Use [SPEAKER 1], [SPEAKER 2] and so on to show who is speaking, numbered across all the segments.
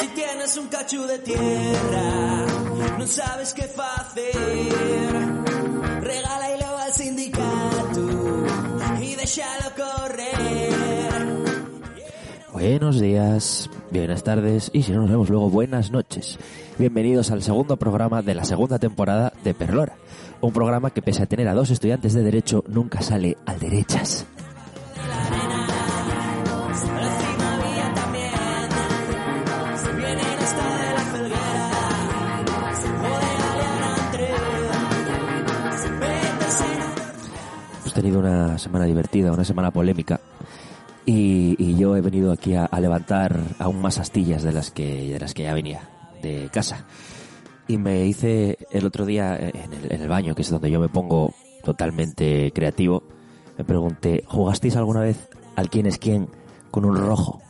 [SPEAKER 1] Si tienes un cacho de tierra, no sabes qué hacer. Regala y lo al sindicato y déjalo correr.
[SPEAKER 2] Buenos días, buenas tardes y si no nos vemos luego, buenas noches. Bienvenidos al segundo programa de la segunda temporada de Perlora. Un programa que pese a tener a dos estudiantes de derecho nunca sale al derechas.
[SPEAKER 1] Encima había también. Se vienen hasta de la felguera. Se poderan entre. Se meten en un
[SPEAKER 2] Hemos tenido una semana divertida, una semana polémica y, y yo he venido aquí a, a levantar aún más astillas de las que de las que ya venía de casa. Y me hice el otro día eh, en el, en el baño, que es donde yo me pongo totalmente creativo, me pregunté, ¿jugasteis alguna vez al quién es quién con un rojo?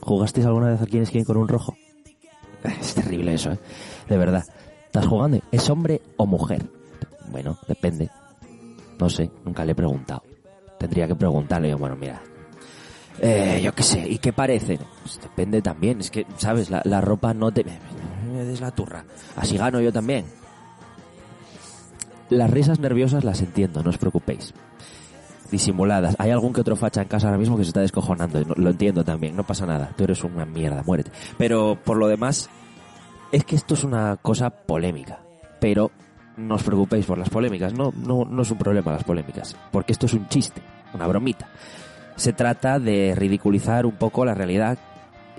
[SPEAKER 2] ¿Jugasteis alguna vez al quién es quién con un rojo? Es terrible eso, ¿eh? De verdad. Estás jugando, ¿es hombre o mujer? Bueno, depende. No sé, nunca le he preguntado. Tendría que preguntarle, yo, bueno, mira. Eh, yo qué sé, ¿y qué parece? Pues depende también, es que, ¿sabes? La, la ropa no te... Me des la turra. Así gano yo también. Las risas nerviosas las entiendo, no os preocupéis. Disimuladas. Hay algún que otro facha en casa ahora mismo que se está descojonando. no- lo entiendo también, no pasa nada. Tú eres una mierda, muérete. Pero por lo demás, es que esto es una cosa polémica. Pero no os preocupéis por las polémicas. No, no, no es un problema las polémicas. Porque esto es un chiste, una bromita. Se trata de ridiculizar un poco la realidad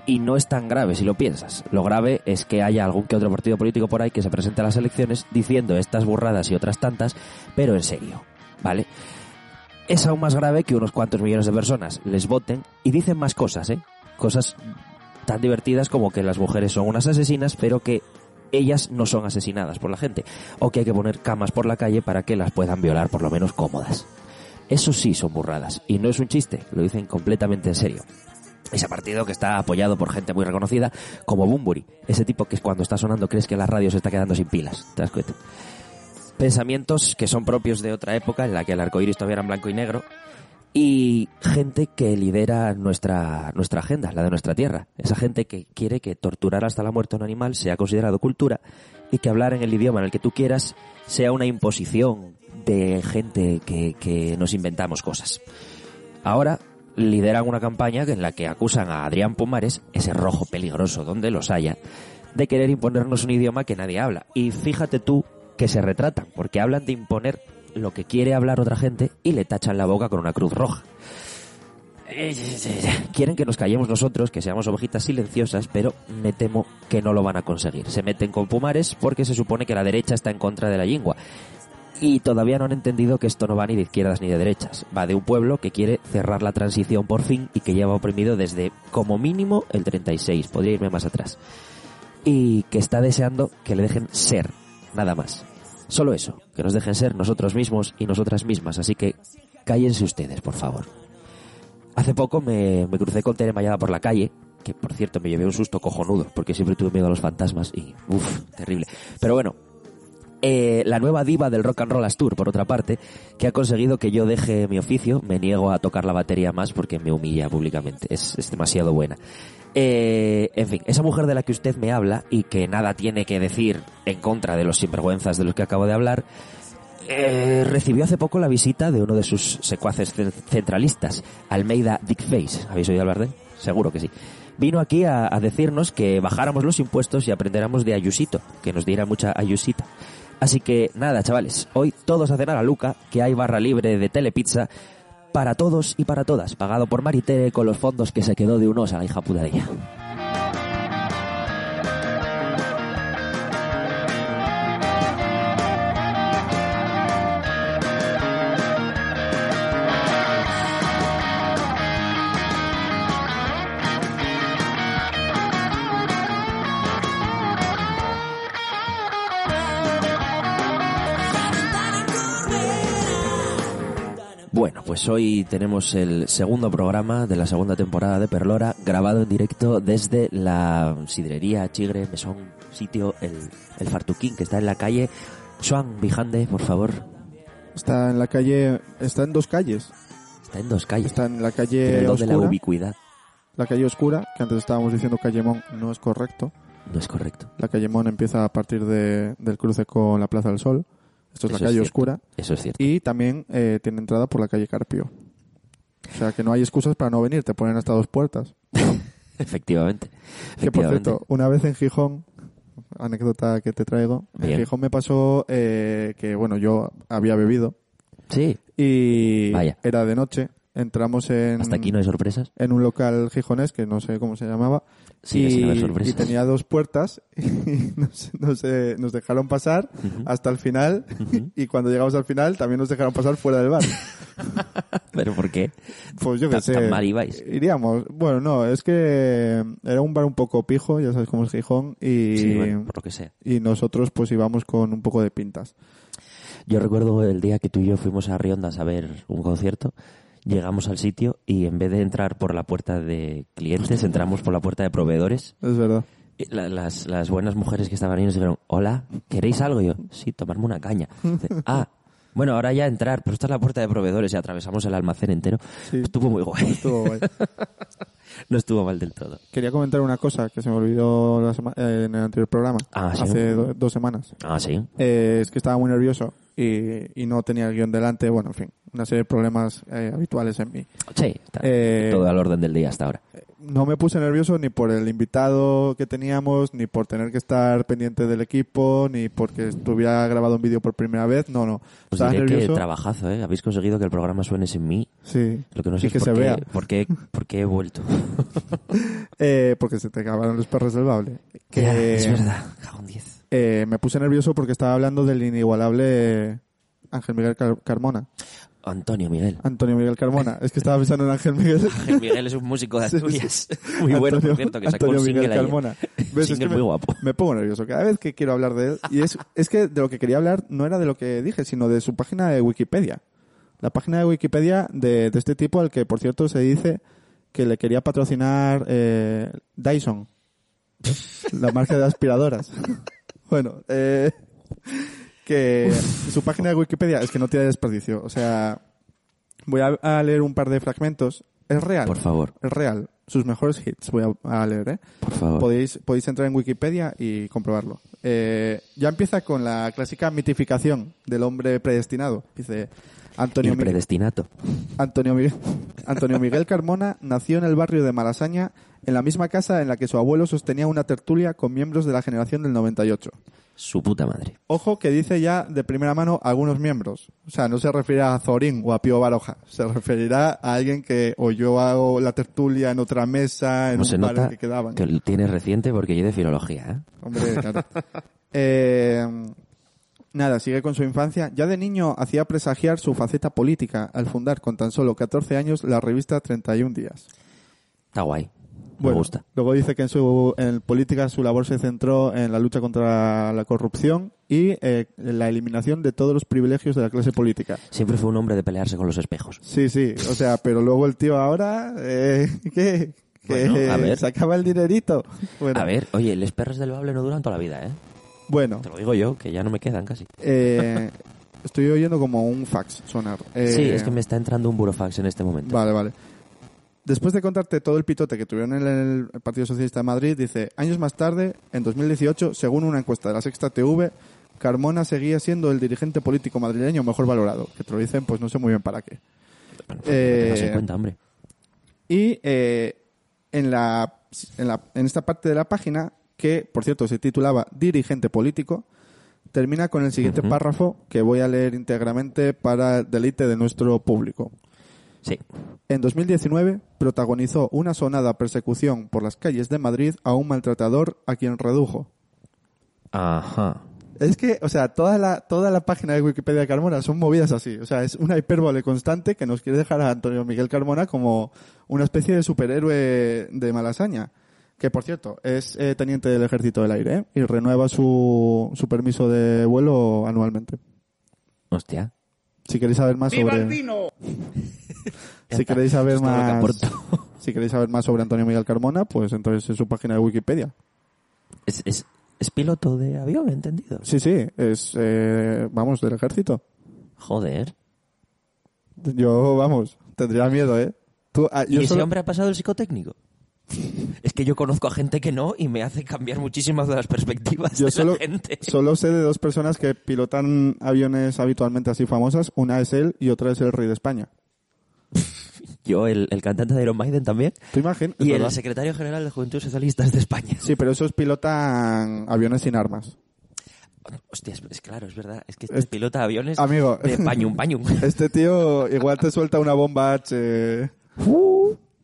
[SPEAKER 2] y no es tan grave si lo piensas. Lo grave es que haya algún que otro partido político por ahí que se presente a las elecciones diciendo estas burradas y otras tantas, pero en serio, ¿vale? Es aún más grave que unos cuantos millones de personas les voten y dicen más cosas, ¿eh? Cosas tan divertidas como que las mujeres son unas asesinas, pero que ellas no son asesinadas por la gente, o que hay que poner camas por la calle para que las puedan violar por lo menos cómodas. Eso sí son burradas, y no es un chiste, lo dicen completamente en serio. Ese partido que está apoyado por gente muy reconocida, como Bumburi, ese tipo que cuando está sonando crees que la radio se está quedando sin pilas, ¿te das cuenta? Pensamientos que son propios de otra época en la que el arco iris todavía era en blanco y negro, y gente que lidera nuestra, nuestra agenda, la de nuestra tierra. Esa gente que quiere que torturar hasta la muerte a un animal sea considerado cultura y que hablar en el idioma en el que tú quieras sea una imposición de gente que, que nos inventamos cosas. Ahora lideran una campaña en la que acusan a Adrián Pomares, ese rojo peligroso donde los haya, de querer imponernos un idioma que nadie habla. Y fíjate tú que se retratan, porque hablan de imponer lo que quiere hablar otra gente y le tachan la boca con una cruz roja. Quieren que nos callemos nosotros, que seamos ovejitas silenciosas, pero me temo que no lo van a conseguir. Se meten con Pumares porque se supone que la derecha está en contra de la lengua. Y todavía no han entendido que esto no va ni de izquierdas ni de derechas. Va de un pueblo que quiere cerrar la transición por fin y que lleva oprimido desde como mínimo el 36. Podría irme más atrás. Y que está deseando que le dejen ser. Nada más. Solo eso. Que nos dejen ser nosotros mismos y nosotras mismas. Así que cállense ustedes, por favor. Hace poco me, me crucé con Tere Mayada por la calle, que por cierto me llevé un susto cojonudo, porque siempre tuve miedo a los fantasmas y, uff, terrible. Pero bueno, eh, la nueva diva del Rock and Roll Astur, por otra parte, que ha conseguido que yo deje mi oficio, me niego a tocar la batería más porque me humilla públicamente, es, es demasiado buena. Eh, en fin, esa mujer de la que usted me habla y que nada tiene que decir en contra de los sinvergüenzas de los que acabo de hablar, eh, recibió hace poco la visita de uno de sus secuaces cen- centralistas, Almeida Dickface. ¿Habéis oído hablar de él? Seguro que sí. Vino aquí a, a decirnos que bajáramos los impuestos y aprendiéramos de Ayusito, que nos diera mucha Ayusita. Así que nada, chavales, hoy todos a cenar a Luca, que hay barra libre de Telepizza para todos y para todas, pagado por Maritere con los fondos que se quedó de unos a la hija puta de ella. pues hoy tenemos el segundo programa de la segunda temporada de Perlora, grabado en directo desde la sidrería Chigre, mesón, sitio, el, el Fartuquín, que está en la calle. Joan Vijande, por favor,
[SPEAKER 3] Está en la calle, está en dos calles.
[SPEAKER 2] está en dos calles.
[SPEAKER 3] Está en la
[SPEAKER 2] Tiene
[SPEAKER 3] calle
[SPEAKER 2] el don de la
[SPEAKER 3] oscura,
[SPEAKER 2] ubicuidad.
[SPEAKER 3] la calle oscura, que antes estábamos diciendo calle Mon, no es correcto.
[SPEAKER 2] No es correcto.
[SPEAKER 3] La calle Mon empieza a partir de- del cruce con la Plaza del Sol. Esto
[SPEAKER 2] Eso
[SPEAKER 3] es la calle
[SPEAKER 2] cierto.
[SPEAKER 3] oscura.
[SPEAKER 2] Eso es cierto.
[SPEAKER 3] Y también eh, tiene entrada por la calle Carpio. O sea que no hay excusas para no venir, te ponen hasta dos puertas.
[SPEAKER 2] Efectivamente.
[SPEAKER 3] Que por
[SPEAKER 2] Efectivamente.
[SPEAKER 3] cierto, una vez en Gijón, anécdota que te traigo, en
[SPEAKER 2] Bien.
[SPEAKER 3] Gijón me pasó eh, que, bueno, yo había bebido
[SPEAKER 2] Sí.
[SPEAKER 3] y
[SPEAKER 2] Vaya.
[SPEAKER 3] era de noche. Entramos en,
[SPEAKER 2] Hasta aquí no hay sorpresas.
[SPEAKER 3] en un local gijonés que no sé cómo se llamaba
[SPEAKER 2] Sigue
[SPEAKER 3] y,
[SPEAKER 2] sin haber
[SPEAKER 3] y
[SPEAKER 2] sorpresas.
[SPEAKER 3] tenía dos puertas y nos, nos, eh, nos dejaron pasar hasta el final y cuando llegamos al final también nos dejaron pasar fuera del bar.
[SPEAKER 2] ¿Pero por qué?
[SPEAKER 3] Pues yo qué
[SPEAKER 2] Tan-
[SPEAKER 3] sé.
[SPEAKER 2] tan mal ibais.
[SPEAKER 3] Iríamos. Bueno, no, es que eh, era un bar un poco pijo, ya sabes cómo es Gijón, y,
[SPEAKER 2] Sí, bueno, por lo que sea.
[SPEAKER 3] y nosotros pues íbamos con un poco de pintas.
[SPEAKER 2] Yo recuerdo el día que tú y yo fuimos a Riondas a ver un concierto. Llegamos al sitio y en vez de entrar por la puerta de clientes, entramos por la puerta de proveedores.
[SPEAKER 3] Es verdad.
[SPEAKER 2] Y la- las, las buenas mujeres que estaban ahí nos dijeron, hola, ¿queréis algo? Y yo, sí, tomarme una caña. Dice, ah, bueno, ahora ya entrar, pero esta es la puerta de proveedores y atravesamos el almacén entero.
[SPEAKER 3] Sí.
[SPEAKER 2] Estuvo muy guay.
[SPEAKER 3] Estuvo guay.
[SPEAKER 2] No estuvo mal del todo.
[SPEAKER 3] Quería comentar una cosa que se me olvidó la sema- eh, en el anterior programa,
[SPEAKER 2] Ah, sí.
[SPEAKER 3] hace do- dos semanas.
[SPEAKER 2] Ah, sí.
[SPEAKER 3] Eh, es que estaba muy nervioso y, y no tenía el guión delante, bueno, en fin, una serie de problemas eh, habituales en mí.
[SPEAKER 2] Sí, está
[SPEAKER 3] Eh,
[SPEAKER 2] todo al orden del día hasta ahora.
[SPEAKER 3] no me puse nervioso ni por el invitado que teníamos, ni por tener que estar pendiente del equipo, ni porque estuviera grabado un vídeo por primera vez. No, no.
[SPEAKER 2] Os
[SPEAKER 3] Estaba
[SPEAKER 2] Pues diré
[SPEAKER 3] nervioso.
[SPEAKER 2] que trabajazo, ¿eh? Habéis conseguido que el programa suene sin mí.
[SPEAKER 3] sí.
[SPEAKER 2] Lo que no
[SPEAKER 3] Y
[SPEAKER 2] sé es
[SPEAKER 3] que
[SPEAKER 2] por,
[SPEAKER 3] se
[SPEAKER 2] qué,
[SPEAKER 3] vea.
[SPEAKER 2] por qué- por qué he vuelto.
[SPEAKER 3] Eh, porque se te acabaron los perros del bable. Que,
[SPEAKER 2] Ya, es verdad, cago en 10.
[SPEAKER 3] eh, me puse nervioso porque estaba hablando del inigualable Ángel Miguel Car- Carmona.
[SPEAKER 2] Antonio Miguel.
[SPEAKER 3] Antonio Miguel Carmona. Es que estaba pensando en Ángel Miguel.
[SPEAKER 2] Ángel Miguel es un músico de
[SPEAKER 3] Sí, sí.
[SPEAKER 2] Asturias. Muy bueno, por
[SPEAKER 3] Antonio-
[SPEAKER 2] cierto, que sacó
[SPEAKER 3] Antonio
[SPEAKER 2] un
[SPEAKER 3] Miguel
[SPEAKER 2] single ayer.
[SPEAKER 3] Carmona.
[SPEAKER 2] Un
[SPEAKER 3] ¿Ves?
[SPEAKER 2] single
[SPEAKER 3] Es que
[SPEAKER 2] muy guapo.
[SPEAKER 3] Me pongo nervioso cada vez que quiero hablar de él. Y es, es que de lo que quería hablar no era de lo que dije, sino de su página de Wikipedia. La página de Wikipedia de, de este tipo, al que por cierto se dice que le quería patrocinar eh, Dyson, la marca de aspiradoras. bueno, eh, que su página de Wikipedia es que no tiene desperdicio. O sea, voy a, a leer un par de fragmentos. Es real.
[SPEAKER 2] Por favor,
[SPEAKER 3] Es real. Sus mejores hits voy a, a leer, ¿eh?
[SPEAKER 2] por favor.
[SPEAKER 3] Podéis, podéis entrar en Wikipedia y comprobarlo. Eh, ya empieza con la clásica mitificación del hombre predestinado. Dice
[SPEAKER 2] Y
[SPEAKER 3] Antonio,
[SPEAKER 2] el
[SPEAKER 3] Mi-
[SPEAKER 2] predestinato.
[SPEAKER 3] Antonio, Miguel, Antonio Miguel Carmona nació en el barrio de Malasaña, en la misma casa en la que su abuelo sostenía una tertulia con miembros de la generación del 98.
[SPEAKER 2] Su puta madre.
[SPEAKER 3] Ojo que dice ya de primera mano algunos miembros. O sea, no se refiere a Zorín o a Pío Baroja. Se referirá a alguien que o yo hago la tertulia en otra mesa, en
[SPEAKER 2] Como Pues se
[SPEAKER 3] un bar
[SPEAKER 2] nota
[SPEAKER 3] que quedaban.
[SPEAKER 2] que lo tienes reciente porque yo de filología, ¿eh?
[SPEAKER 3] Hombre, claro. Eh, nada, sigue con su infancia. Ya de niño hacía presagiar su faceta política al fundar con tan solo 14 años la revista 31 días.
[SPEAKER 2] Está guay. Me
[SPEAKER 3] Bueno,
[SPEAKER 2] gusta.
[SPEAKER 3] Luego dice que en su en política su labor se centró en la lucha contra la corrupción y eh, en la eliminación de todos los privilegios de la clase política.
[SPEAKER 2] Siempre fue un hombre de pelearse con los espejos.
[SPEAKER 3] Sí, sí, o sea, pero luego el tío ahora, eh, ¿qué? Que
[SPEAKER 2] Bueno, a ver.
[SPEAKER 3] se acaba el dinerito. Bueno,
[SPEAKER 2] A ver, oye, los perros del bable no duran toda la vida, ¿eh?
[SPEAKER 3] Bueno,
[SPEAKER 2] Te lo digo yo, que ya no me quedan casi.
[SPEAKER 3] Eh, estoy oyendo como un fax sonar. Eh,
[SPEAKER 2] sí, es que me está entrando un burofax en este momento.
[SPEAKER 3] Vale, vale. Después de contarte todo el pitote que tuvieron en el Partido Socialista de Madrid, dice, años más tarde, en 2018, según una encuesta de la Sexta TV, Carmona seguía siendo el dirigente político madrileño mejor valorado. Que te lo dicen, pues no sé muy bien para qué.
[SPEAKER 2] Bueno, pues, que
[SPEAKER 3] Eh,
[SPEAKER 2] tengas en cuenta, hombre.
[SPEAKER 3] Y eh, en, la, en, la- en esta parte de la página, que por cierto se titulaba Dirigente Político, termina con el siguiente
[SPEAKER 2] Ujú.
[SPEAKER 3] párrafo que voy a leer íntegramente para deleite de nuestro público.
[SPEAKER 2] Sí.
[SPEAKER 3] En 2019 protagonizó una sonada persecución por las calles de Madrid a un maltratador a quien redujo.
[SPEAKER 2] Ajá.
[SPEAKER 3] Es que, o sea, toda la, toda la página de Wikipedia de Carmona son movidas así. O sea, es una hipérbole constante que nos quiere dejar a Antonio Miguel Carmona como una especie de superhéroe de Malasaña. Que, por cierto, es eh, teniente del Ejército del Aire ¿eh? y renueva su, su permiso de vuelo anualmente.
[SPEAKER 2] Hostia.
[SPEAKER 3] Si queréis saber más sobre... si queréis saber
[SPEAKER 2] Esto es todo
[SPEAKER 3] más...
[SPEAKER 2] lo que aporto.
[SPEAKER 3] Si queréis saber más sobre Antonio Miguel Carmona, pues entonces es su página de Wikipedia.
[SPEAKER 2] Es, es, es piloto de avión, he entendido.
[SPEAKER 3] Sí, sí, es, eh, vamos, del ejército.
[SPEAKER 2] Joder.
[SPEAKER 3] Yo, vamos, tendría miedo, ¿eh? Tú, ah,
[SPEAKER 2] ¿Y
[SPEAKER 3] yo
[SPEAKER 2] ese
[SPEAKER 3] solo-
[SPEAKER 2] hombre ha pasado el psicotécnico? Es que yo conozco a gente que no y me hace cambiar muchísimas de las perspectivas
[SPEAKER 3] Yo
[SPEAKER 2] de
[SPEAKER 3] solo,
[SPEAKER 2] la gente.
[SPEAKER 3] solo sé de dos personas que pilotan aviones habitualmente así famosas. Una es él y otra es el rey de España.
[SPEAKER 2] Yo, el, el cantante de Iron Maiden también.
[SPEAKER 3] ¿Tú imaginas? Es
[SPEAKER 2] Y el
[SPEAKER 3] verdad.
[SPEAKER 2] secretario general de Juventud Socialistas de España.
[SPEAKER 3] Sí, pero esos pilotan aviones sin armas.
[SPEAKER 2] Hostias, es claro, es verdad. Es que este
[SPEAKER 3] Es-
[SPEAKER 2] pilota aviones
[SPEAKER 3] Amigo.
[SPEAKER 2] de pañum pañum.
[SPEAKER 3] Este tío igual te suelta una bomba H eh,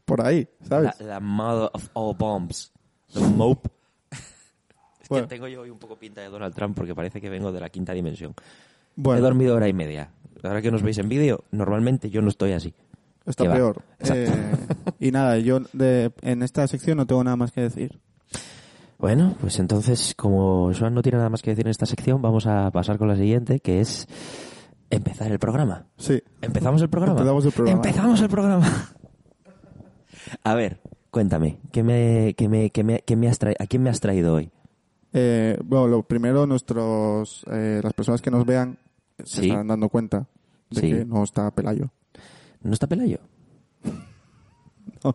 [SPEAKER 3] por ahí, ¿sabes?
[SPEAKER 2] Uh. La, la mother of all bombs. The mope. Es
[SPEAKER 3] Bueno.
[SPEAKER 2] que tengo yo hoy un poco pinta de Donald Trump porque parece que vengo de la quinta dimensión. He
[SPEAKER 3] Bueno,
[SPEAKER 2] dormido hora y media. Ahora que nos veis en vídeo, normalmente yo no estoy así.
[SPEAKER 3] está
[SPEAKER 2] que va.
[SPEAKER 3] peor. Eh, y nada, yo de- en esta sección no tengo nada más que decir.
[SPEAKER 2] Bueno, pues entonces, como Joan no tiene nada más que decir en esta sección, vamos a pasar con la siguiente, que es empezar el programa.
[SPEAKER 3] Sí,
[SPEAKER 2] ¿Empezamos el programa?
[SPEAKER 3] Empezamos el programa.
[SPEAKER 2] ¡Empezamos el programa! A ver, cuéntame, ¿qué me, qué me, qué me, qué me has trai- ¿a quién me has traído hoy?
[SPEAKER 3] Eh, bueno, lo primero, nuestros, eh, las personas que nos vean se
[SPEAKER 2] Sí.
[SPEAKER 3] están dando cuenta de
[SPEAKER 2] Sí.
[SPEAKER 3] que no está Pelayo.
[SPEAKER 2] ¿No está Pelayo?
[SPEAKER 3] No.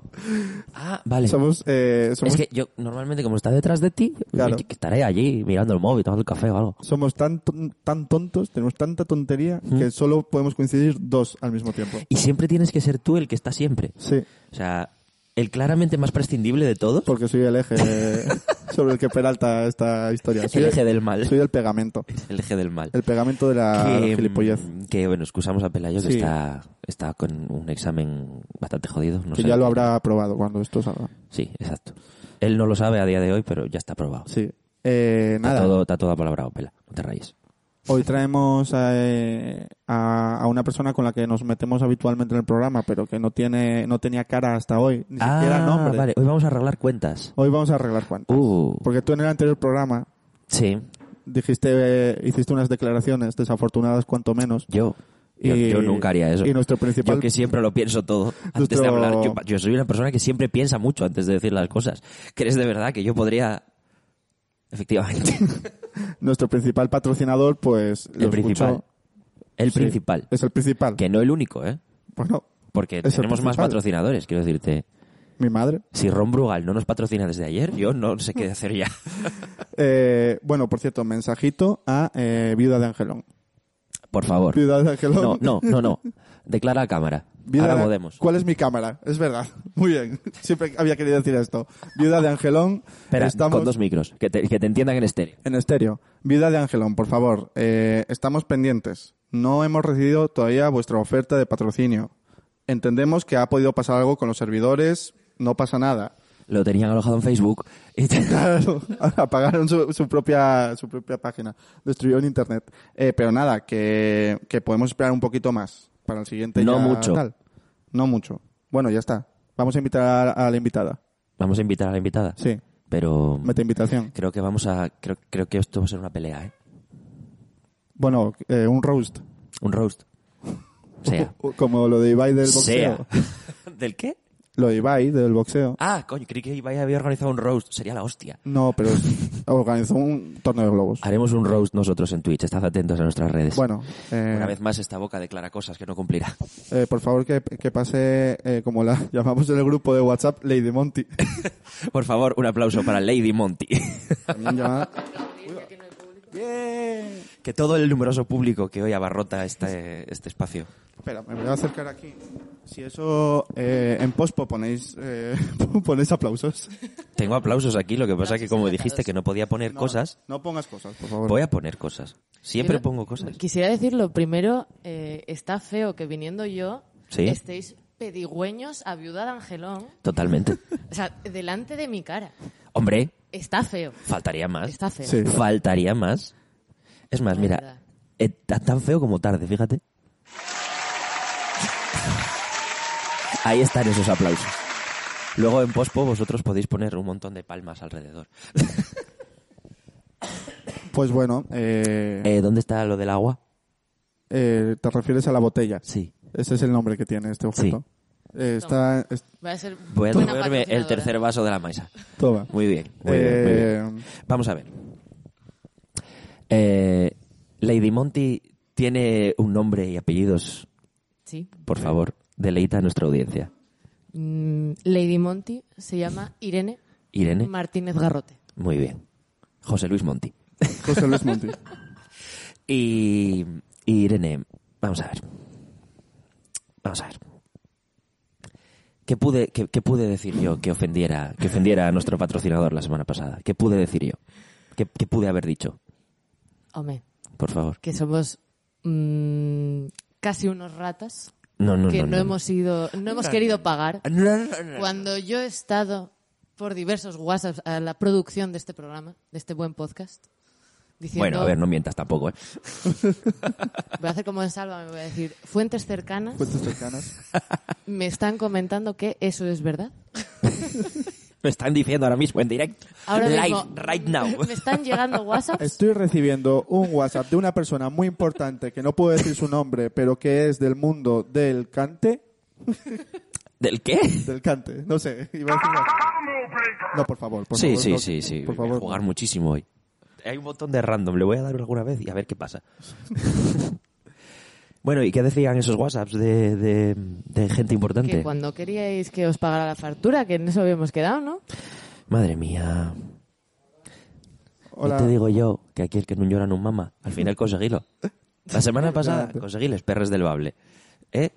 [SPEAKER 2] Ah, vale.
[SPEAKER 3] Somos, eh, somos,
[SPEAKER 2] Es que yo, normalmente, como está detrás de ti,
[SPEAKER 3] Claro.
[SPEAKER 2] que estaré allí mirando el móvil, tomando el café o algo.
[SPEAKER 3] somos tan, ton- tan tontos, tenemos tanta tontería que solo podemos coincidir dos al mismo tiempo.
[SPEAKER 2] Y siempre tienes que ser tú el que está siempre.
[SPEAKER 3] Sí,
[SPEAKER 2] O sea, el claramente más prescindible de todos,
[SPEAKER 3] porque soy el eje eh, sobre el que peralta esta historia. Soy
[SPEAKER 2] el eje del mal.
[SPEAKER 3] soy el pegamento.
[SPEAKER 2] El eje del mal.
[SPEAKER 3] El pegamento de la
[SPEAKER 2] que, mm,
[SPEAKER 3] gilipollez.
[SPEAKER 2] que, bueno, excusamos a Pelayo que
[SPEAKER 3] Sí.
[SPEAKER 2] está, está con un examen bastante jodido. No
[SPEAKER 3] que
[SPEAKER 2] sé.
[SPEAKER 3] ya lo habrá aprobado cuando esto salga.
[SPEAKER 2] Sí, exacto. Él no lo sabe a día de hoy, pero ya está aprobado.
[SPEAKER 3] Sí. Eh,
[SPEAKER 2] Está
[SPEAKER 3] nada.
[SPEAKER 2] todo, está todo apalabrado, Pela. No te rayes.
[SPEAKER 3] Hoy traemos a, eh, a- a una persona con la que nos metemos habitualmente en el programa, pero que no tiene no tenía cara hasta hoy, ni siquiera
[SPEAKER 2] ah,
[SPEAKER 3] nombre.
[SPEAKER 2] vale. Hoy vamos a arreglar cuentas.
[SPEAKER 3] Hoy vamos a arreglar cuentas.
[SPEAKER 2] Uh,
[SPEAKER 3] Porque tú en el anterior programa
[SPEAKER 2] sí.
[SPEAKER 3] dijiste eh, hiciste unas declaraciones desafortunadas cuanto menos.
[SPEAKER 2] Yo. Yo,
[SPEAKER 3] Y-
[SPEAKER 2] yo nunca haría eso.
[SPEAKER 3] y nuestro principal-
[SPEAKER 2] Yo que siempre lo pienso todo antes
[SPEAKER 3] Nuestro-
[SPEAKER 2] de hablar. Yo, yo soy una persona que siempre piensa mucho antes de decir las cosas. ¿Crees de verdad que yo podría...? Efectivamente.
[SPEAKER 3] Nuestro principal patrocinador, pues lo
[SPEAKER 2] El principal.
[SPEAKER 3] escuchó.
[SPEAKER 2] El
[SPEAKER 3] Sí,
[SPEAKER 2] principal.
[SPEAKER 3] Es el principal.
[SPEAKER 2] Que no el único, ¿eh?
[SPEAKER 3] Bueno,
[SPEAKER 2] Porque
[SPEAKER 3] el
[SPEAKER 2] tenemos más
[SPEAKER 3] principal.
[SPEAKER 2] patrocinadores, quiero decirte.
[SPEAKER 3] mi madre.
[SPEAKER 2] Si Ron Brugal no nos patrocina desde ayer, yo no sé qué hacer ya.
[SPEAKER 3] Eh, bueno, por cierto, mensajito a eh, Viuda de Angelón.
[SPEAKER 2] Por favor.
[SPEAKER 3] Viuda de Angelón.
[SPEAKER 2] No, no, no, no. Declara a cámara.
[SPEAKER 3] Viuda
[SPEAKER 2] Ahora
[SPEAKER 3] de-
[SPEAKER 2] podemos.
[SPEAKER 3] ¿Cuál es mi cámara? Es verdad. Muy bien. Siempre había querido decir esto. Viuda de Angelón.
[SPEAKER 2] Espera,
[SPEAKER 3] estamos
[SPEAKER 2] con dos micros, que te, que te entiendan en estéreo.
[SPEAKER 3] en estéreo. Viuda de Angelón, por favor. eh, estamos pendientes. No hemos recibido todavía vuestra oferta de patrocinio. Entendemos que ha podido pasar algo con los servidores. No pasa nada.
[SPEAKER 2] Lo tenían alojado en Facebook. y te-
[SPEAKER 3] Claro, apagaron su, su propia su propia página, destruyeron internet. Eh, pero nada, que, que podemos esperar un poquito más para el siguiente.
[SPEAKER 2] No
[SPEAKER 3] ya
[SPEAKER 2] mucho.
[SPEAKER 3] tal. No mucho. Bueno, ya está. Vamos a invitar a, a la invitada.
[SPEAKER 2] Vamos a invitar a la invitada.
[SPEAKER 3] Sí,
[SPEAKER 2] Pero
[SPEAKER 3] mete invitación.
[SPEAKER 2] creo que vamos a. Creo, creo que esto va a ser una pelea, ¿eh?
[SPEAKER 3] Bueno, eh, un roast.
[SPEAKER 2] Un roast. Sea.
[SPEAKER 3] Como lo de Ibai del boxeo.
[SPEAKER 2] sea. ¿Del qué?
[SPEAKER 3] Lo de Ibai del boxeo.
[SPEAKER 2] Ah, coño, creí que Ibai había organizado un roast. Sería la hostia.
[SPEAKER 3] No, pero organizó un torneo de globos.
[SPEAKER 2] Haremos un roast nosotros en Twitch. Estad atentos a nuestras redes.
[SPEAKER 3] Bueno, eh,
[SPEAKER 2] Una vez más, esta boca declara cosas que no cumplirá.
[SPEAKER 3] eh, por favor que, que pase, eh, como la llamamos en el grupo de WhatsApp, Lady Monty.
[SPEAKER 2] Por favor, un aplauso para Lady Monty.
[SPEAKER 3] También llamada-
[SPEAKER 2] que todo el numeroso público que hoy abarrota este, este espacio.
[SPEAKER 3] Espera, me voy a acercar aquí. Si eso eh, en pospo ponéis eh, ponéis aplausos.
[SPEAKER 2] Tengo aplausos aquí, lo que pasa es que como dijiste que no podía poner
[SPEAKER 3] No,
[SPEAKER 2] cosas, Pues-
[SPEAKER 3] No pongas cosas, por favor.
[SPEAKER 2] voy a poner cosas. Siempre
[SPEAKER 4] Quiero-
[SPEAKER 2] pongo cosas.
[SPEAKER 4] Quisiera decirlo primero, eh, está feo que viniendo yo
[SPEAKER 2] Sí.
[SPEAKER 4] estéis pedigüeños a viuda de Angelón,
[SPEAKER 2] Totalmente.
[SPEAKER 4] o sea, delante de mi cara.
[SPEAKER 2] Hombre,
[SPEAKER 4] Está feo,
[SPEAKER 2] faltaría más.
[SPEAKER 4] está feo.
[SPEAKER 3] Sí.
[SPEAKER 2] Faltaría más. Es más,
[SPEAKER 4] La
[SPEAKER 2] mira,
[SPEAKER 4] verdad.
[SPEAKER 2] eh, ta- tan feo como tarde, fíjate. Ahí están esos aplausos. Luego en pospo vosotros podéis poner un montón de palmas alrededor.
[SPEAKER 3] Pues bueno, eh,
[SPEAKER 2] Eh, ¿Dónde está lo del agua?
[SPEAKER 3] eh, te refieres a la botella.
[SPEAKER 2] Sí.
[SPEAKER 3] Ese es el nombre que tiene este objeto. Eh, está, es-
[SPEAKER 4] Va a ser
[SPEAKER 2] Voy a
[SPEAKER 4] buena
[SPEAKER 2] tomarme el
[SPEAKER 4] patrocinadora.
[SPEAKER 2] tercer vaso de la maisa.
[SPEAKER 3] toma.
[SPEAKER 2] Muy bien. muy bien, muy bien.
[SPEAKER 3] Eh,
[SPEAKER 2] Vamos a ver. Eh, Lady Monty tiene un nombre y apellidos,
[SPEAKER 4] Sí.
[SPEAKER 2] por favor. Deleita a nuestra audiencia.
[SPEAKER 4] Mm, Lady Monty se llama Irene
[SPEAKER 2] Irene.
[SPEAKER 4] Martínez Garrote.
[SPEAKER 2] Muy bien. José Luis Monti.
[SPEAKER 3] Eh, José Luis Monti.
[SPEAKER 2] Y, y Irene, vamos a ver. Vamos a ver. ¿Qué pude, qué, qué pude decir yo que ofendiera, que ofendiera a nuestro patrocinador la semana pasada? ¿Qué pude decir yo? ¿Qué, qué pude haber dicho?
[SPEAKER 4] Hombre,
[SPEAKER 2] Por favor.
[SPEAKER 4] que somos mm, casi unos ratas
[SPEAKER 2] No, no,
[SPEAKER 4] que
[SPEAKER 2] no. Ah,
[SPEAKER 4] no, hemos ido, no hemos querido pagar.
[SPEAKER 2] No, no, no.
[SPEAKER 4] Cuando yo he estado por diversos WhatsApps a la producción de este programa, de este buen podcast, diciendo,
[SPEAKER 2] Bueno, a ver, no mientas tampoco, ¿eh?
[SPEAKER 4] voy a hacer como en Salva, me voy a decir, fuentes cercanas
[SPEAKER 3] Fuentes cercanas.
[SPEAKER 4] me están comentando que eso es verdad.
[SPEAKER 2] Me están diciendo ahora mismo en directo.
[SPEAKER 4] Ahora
[SPEAKER 2] Live,
[SPEAKER 4] mismo,
[SPEAKER 2] right now.
[SPEAKER 4] Me están llegando WhatsApps
[SPEAKER 3] Estoy recibiendo un WhatsApp de una persona muy importante que no puedo decir su nombre, pero que es del mundo del cante.
[SPEAKER 2] ¿Del qué?
[SPEAKER 3] Del cante, no sé. iba a decir una- No, por favor. Por
[SPEAKER 2] sí,
[SPEAKER 3] favor,
[SPEAKER 2] sí,
[SPEAKER 3] no.
[SPEAKER 2] sí, sí.
[SPEAKER 3] Por
[SPEAKER 2] Voy a
[SPEAKER 3] favor.
[SPEAKER 2] jugar muchísimo hoy. Hay un montón de random. Le voy a dar alguna vez y a ver qué pasa. bueno, ¿y qué decían esos WhatsApps de, de- de gente
[SPEAKER 4] que
[SPEAKER 2] importante?
[SPEAKER 4] cuando queríais que os pagara la factura, que en eso habíamos quedado, ¿no?
[SPEAKER 2] Madre mía.
[SPEAKER 3] Hola.
[SPEAKER 2] No te digo yo que aquí el que no llora no mama. Al final conseguilo. La semana pasada conseguí les perres del bable. ¿Eh?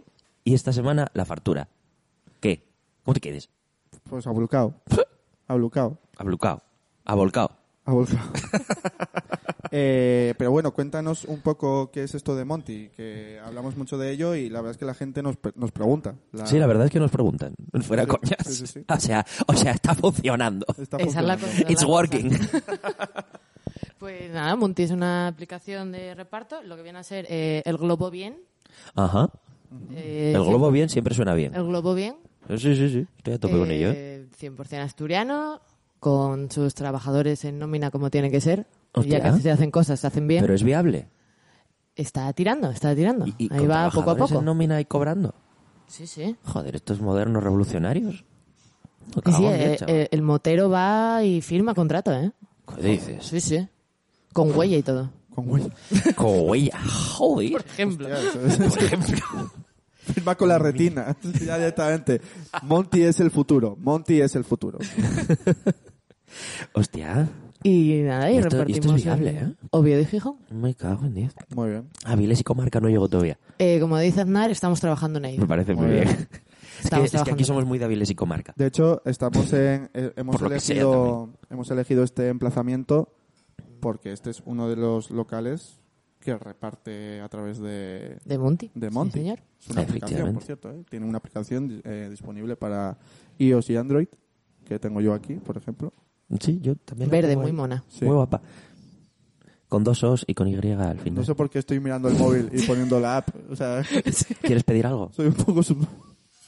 [SPEAKER 2] Y esta semana la fartura. ¿Qué? ¿Cómo te quedes?
[SPEAKER 3] Pues abulcao. Abulcao.
[SPEAKER 2] Ablucao. Abolcao.
[SPEAKER 3] Abulcao. Eh, pero bueno, cuéntanos un poco qué es esto de Monty, que hablamos mucho de ello y la verdad es que la gente nos, pre- nos pregunta.
[SPEAKER 2] Sí, la verdad es que nos preguntan. Fuera
[SPEAKER 3] Ah. Sí,
[SPEAKER 2] coñas.
[SPEAKER 3] sí, sí, sí.
[SPEAKER 2] O sea, o sea, está funcionando.
[SPEAKER 3] Está
[SPEAKER 4] Esa es la
[SPEAKER 3] funcionando.
[SPEAKER 4] cosa, esa es
[SPEAKER 2] It's
[SPEAKER 4] la cosa.
[SPEAKER 2] working.
[SPEAKER 4] Pues nada, Monty es una aplicación de reparto, lo que viene a ser eh, el globo bien.
[SPEAKER 2] Ajá.
[SPEAKER 4] eh,
[SPEAKER 2] El globo bien siempre suena bien.
[SPEAKER 4] El globo bien.
[SPEAKER 2] Sí, sí, sí. Estoy a tope con ello, ¿eh?
[SPEAKER 4] eh, 100% asturiano, con sus trabajadores en nómina como tiene que ser.
[SPEAKER 2] Hostia.
[SPEAKER 4] Ya que se hacen cosas, se hacen bien.
[SPEAKER 2] Pero es viable.
[SPEAKER 4] Está tirando, está tirando.
[SPEAKER 2] Y, y
[SPEAKER 4] Ahí
[SPEAKER 2] con
[SPEAKER 4] va poco a
[SPEAKER 2] trabajadores
[SPEAKER 4] poco.
[SPEAKER 2] en nómina y cobrando.
[SPEAKER 4] Sí, sí.
[SPEAKER 2] Joder, estos modernos revolucionarios. Me
[SPEAKER 4] Sí,
[SPEAKER 2] cago en
[SPEAKER 4] eh,
[SPEAKER 2] diez, chaval.
[SPEAKER 4] eh, el motero va y firma contrato, ¿eh?
[SPEAKER 2] ¿Qué dices?
[SPEAKER 4] Sí, sí. Con huella y todo.
[SPEAKER 3] Con güey.
[SPEAKER 2] Coya, joder.
[SPEAKER 4] Ejemplo.
[SPEAKER 3] Ya, eso es. Firma con la retina, ya directamente. Monty es el futuro, Monty es el futuro.
[SPEAKER 2] Hostia,
[SPEAKER 4] Y nada, y,
[SPEAKER 2] Y esto- y esto es
[SPEAKER 4] repartimos.
[SPEAKER 2] viable,
[SPEAKER 4] en
[SPEAKER 2] ¿eh?
[SPEAKER 4] Oviedo y Gijón.
[SPEAKER 2] me cago en 10.
[SPEAKER 3] Muy bien.
[SPEAKER 2] Avilés y comarca no llego todavía.
[SPEAKER 4] Eh, como dice Aznar, estamos trabajando en
[SPEAKER 2] Me
[SPEAKER 4] ello.
[SPEAKER 2] parece muy
[SPEAKER 3] Muy
[SPEAKER 2] bien.
[SPEAKER 3] bien.
[SPEAKER 2] Es, que,
[SPEAKER 4] Estamos
[SPEAKER 2] es que aquí
[SPEAKER 4] trabajando.
[SPEAKER 2] somos muy de Avilés y comarca.
[SPEAKER 3] De hecho, estamos en, eh, hemos,
[SPEAKER 2] Por lo que sea,
[SPEAKER 3] elegido, hemos elegido este emplazamiento porque este es uno de los locales que reparte a través de,
[SPEAKER 4] De Monty.
[SPEAKER 3] de
[SPEAKER 4] Sí,
[SPEAKER 3] Monty.
[SPEAKER 4] señor.
[SPEAKER 3] Es una aplicación, por
[SPEAKER 2] Efectivamente.
[SPEAKER 3] cierto. ¿eh? Tiene una aplicación eh, disponible para iOS y Android, que tengo yo aquí, por ejemplo.
[SPEAKER 2] Sí, yo también. la
[SPEAKER 4] Verde,
[SPEAKER 2] tengo
[SPEAKER 4] muy
[SPEAKER 2] ahí.
[SPEAKER 4] mona.
[SPEAKER 3] Sí.
[SPEAKER 2] Muy guapa. Con dos os y con Y al final.
[SPEAKER 3] No sé por qué estoy mirando el móvil y poniendo la app. O sea,
[SPEAKER 2] ¿Quieres pedir algo?
[SPEAKER 3] soy un poco... sub-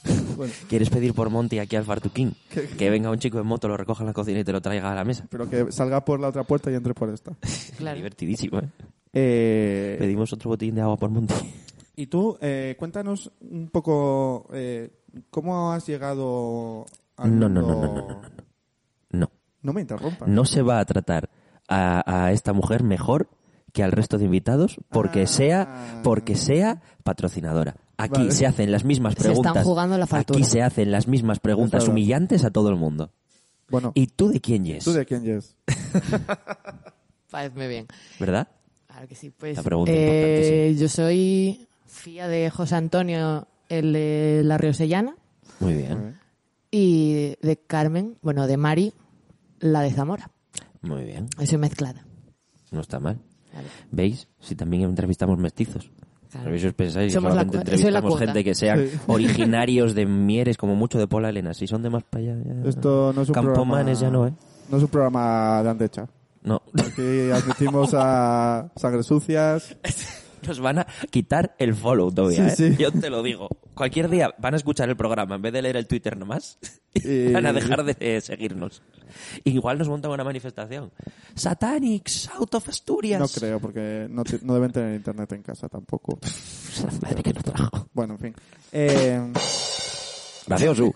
[SPEAKER 3] Bueno,
[SPEAKER 2] ¿Quieres pedir por Monty aquí al Fartuquín? Que venga un chico en moto, lo recoja en la cocina y te lo traiga a la mesa.
[SPEAKER 3] pero que salga por la otra puerta y entre por esta.
[SPEAKER 4] Claro.
[SPEAKER 2] Divertidísimo, ¿eh?
[SPEAKER 3] Eh,
[SPEAKER 2] Pedimos otro botín de agua por Monty.
[SPEAKER 3] Y tú, eh, cuéntanos un poco eh, cómo has llegado al
[SPEAKER 2] No, no,
[SPEAKER 3] mundo-
[SPEAKER 2] no, no, no, no, no. No.
[SPEAKER 3] No me interrumpas.
[SPEAKER 2] No se va a tratar a, a esta mujer mejor que al resto de invitados porque
[SPEAKER 3] Ah.
[SPEAKER 2] sea porque sea patrocinadora. Aquí
[SPEAKER 3] Vale.
[SPEAKER 2] se hacen las mismas
[SPEAKER 4] Se están
[SPEAKER 2] preguntas.
[SPEAKER 4] jugando la factura.
[SPEAKER 2] Aquí se hacen las mismas preguntas
[SPEAKER 3] Claro.
[SPEAKER 2] humillantes a todo el mundo.
[SPEAKER 3] Bueno,
[SPEAKER 2] ¿Y tú de quién yes?
[SPEAKER 3] ¿tú de quién eres?
[SPEAKER 4] Parece bien.
[SPEAKER 2] ¿Verdad?
[SPEAKER 4] Claro que sí. Pues,
[SPEAKER 2] La pregunta
[SPEAKER 4] eh,
[SPEAKER 2] importante,
[SPEAKER 4] Yo soy fía de José Antonio, el de La Riosellana,
[SPEAKER 2] Muy bien.
[SPEAKER 4] y de Carmen, bueno, de Mari, la de Zamora.
[SPEAKER 2] Muy bien.
[SPEAKER 4] Ahí Soy mezclada.
[SPEAKER 2] No está mal.
[SPEAKER 4] Claro.
[SPEAKER 2] ¿Veis? Si también entrevistamos mestizos.
[SPEAKER 4] Claro.
[SPEAKER 2] A veces pensáis que
[SPEAKER 4] Somos la
[SPEAKER 2] solamente
[SPEAKER 4] cuota. Soy la
[SPEAKER 2] entrevistamos
[SPEAKER 4] cuota.
[SPEAKER 2] gente que sean
[SPEAKER 3] Sí.
[SPEAKER 2] originarios de Mieres, como mucho de Pola Elena. Si son de más para allá. ya-
[SPEAKER 3] Esto no es un
[SPEAKER 2] Campomanes
[SPEAKER 3] programa...
[SPEAKER 2] ya no, ¿eh?
[SPEAKER 3] No es un programa de andecha.
[SPEAKER 2] No.
[SPEAKER 3] Aquí admitimos a sangre sucias,
[SPEAKER 2] Nos van a quitar el follow todavía,
[SPEAKER 3] Sí,
[SPEAKER 2] ¿eh?
[SPEAKER 3] sí.
[SPEAKER 2] Yo te lo digo. Cualquier día van a escuchar el programa en vez de leer el Twitter nomás. Y
[SPEAKER 3] Y-
[SPEAKER 2] van a dejar de eh, seguirnos. Igual nos montan una manifestación. Satanics, out of Asturias.
[SPEAKER 3] No creo, porque no, te- no deben tener internet en casa tampoco.
[SPEAKER 2] Madre que nos trajo.
[SPEAKER 3] Bueno, en fin. Eh,
[SPEAKER 2] Gracioso.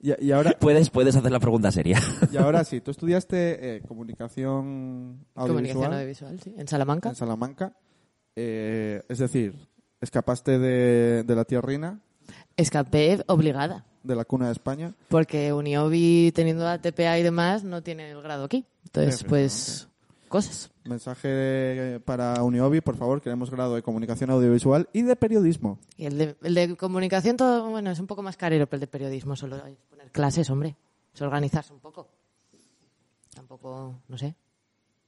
[SPEAKER 3] y, y ahora,
[SPEAKER 2] Puedes, puedes hacer la pregunta seria.
[SPEAKER 3] y ahora sí, tú estudiaste eh, comunicación
[SPEAKER 4] Comunicación
[SPEAKER 3] audiovisual
[SPEAKER 4] audiovisual, sí. En Salamanca.
[SPEAKER 3] en Salamanca. Eh, es decir, escapaste de, de la tierrina,
[SPEAKER 4] Escapé obligada.
[SPEAKER 3] de la cuna de España.
[SPEAKER 4] Porque Uniobi, teniendo la TPA y demás, no tiene el grado aquí. Entonces, pues, cosas.
[SPEAKER 3] Mensaje eh, para Uniobi, por favor, queremos grado de comunicación audiovisual y de periodismo.
[SPEAKER 4] Y el de, el de comunicación, todo, bueno, es un poco más carero, pero el de periodismo solo hay que poner clases, hombre. Es organizarse un poco. Tampoco, no sé.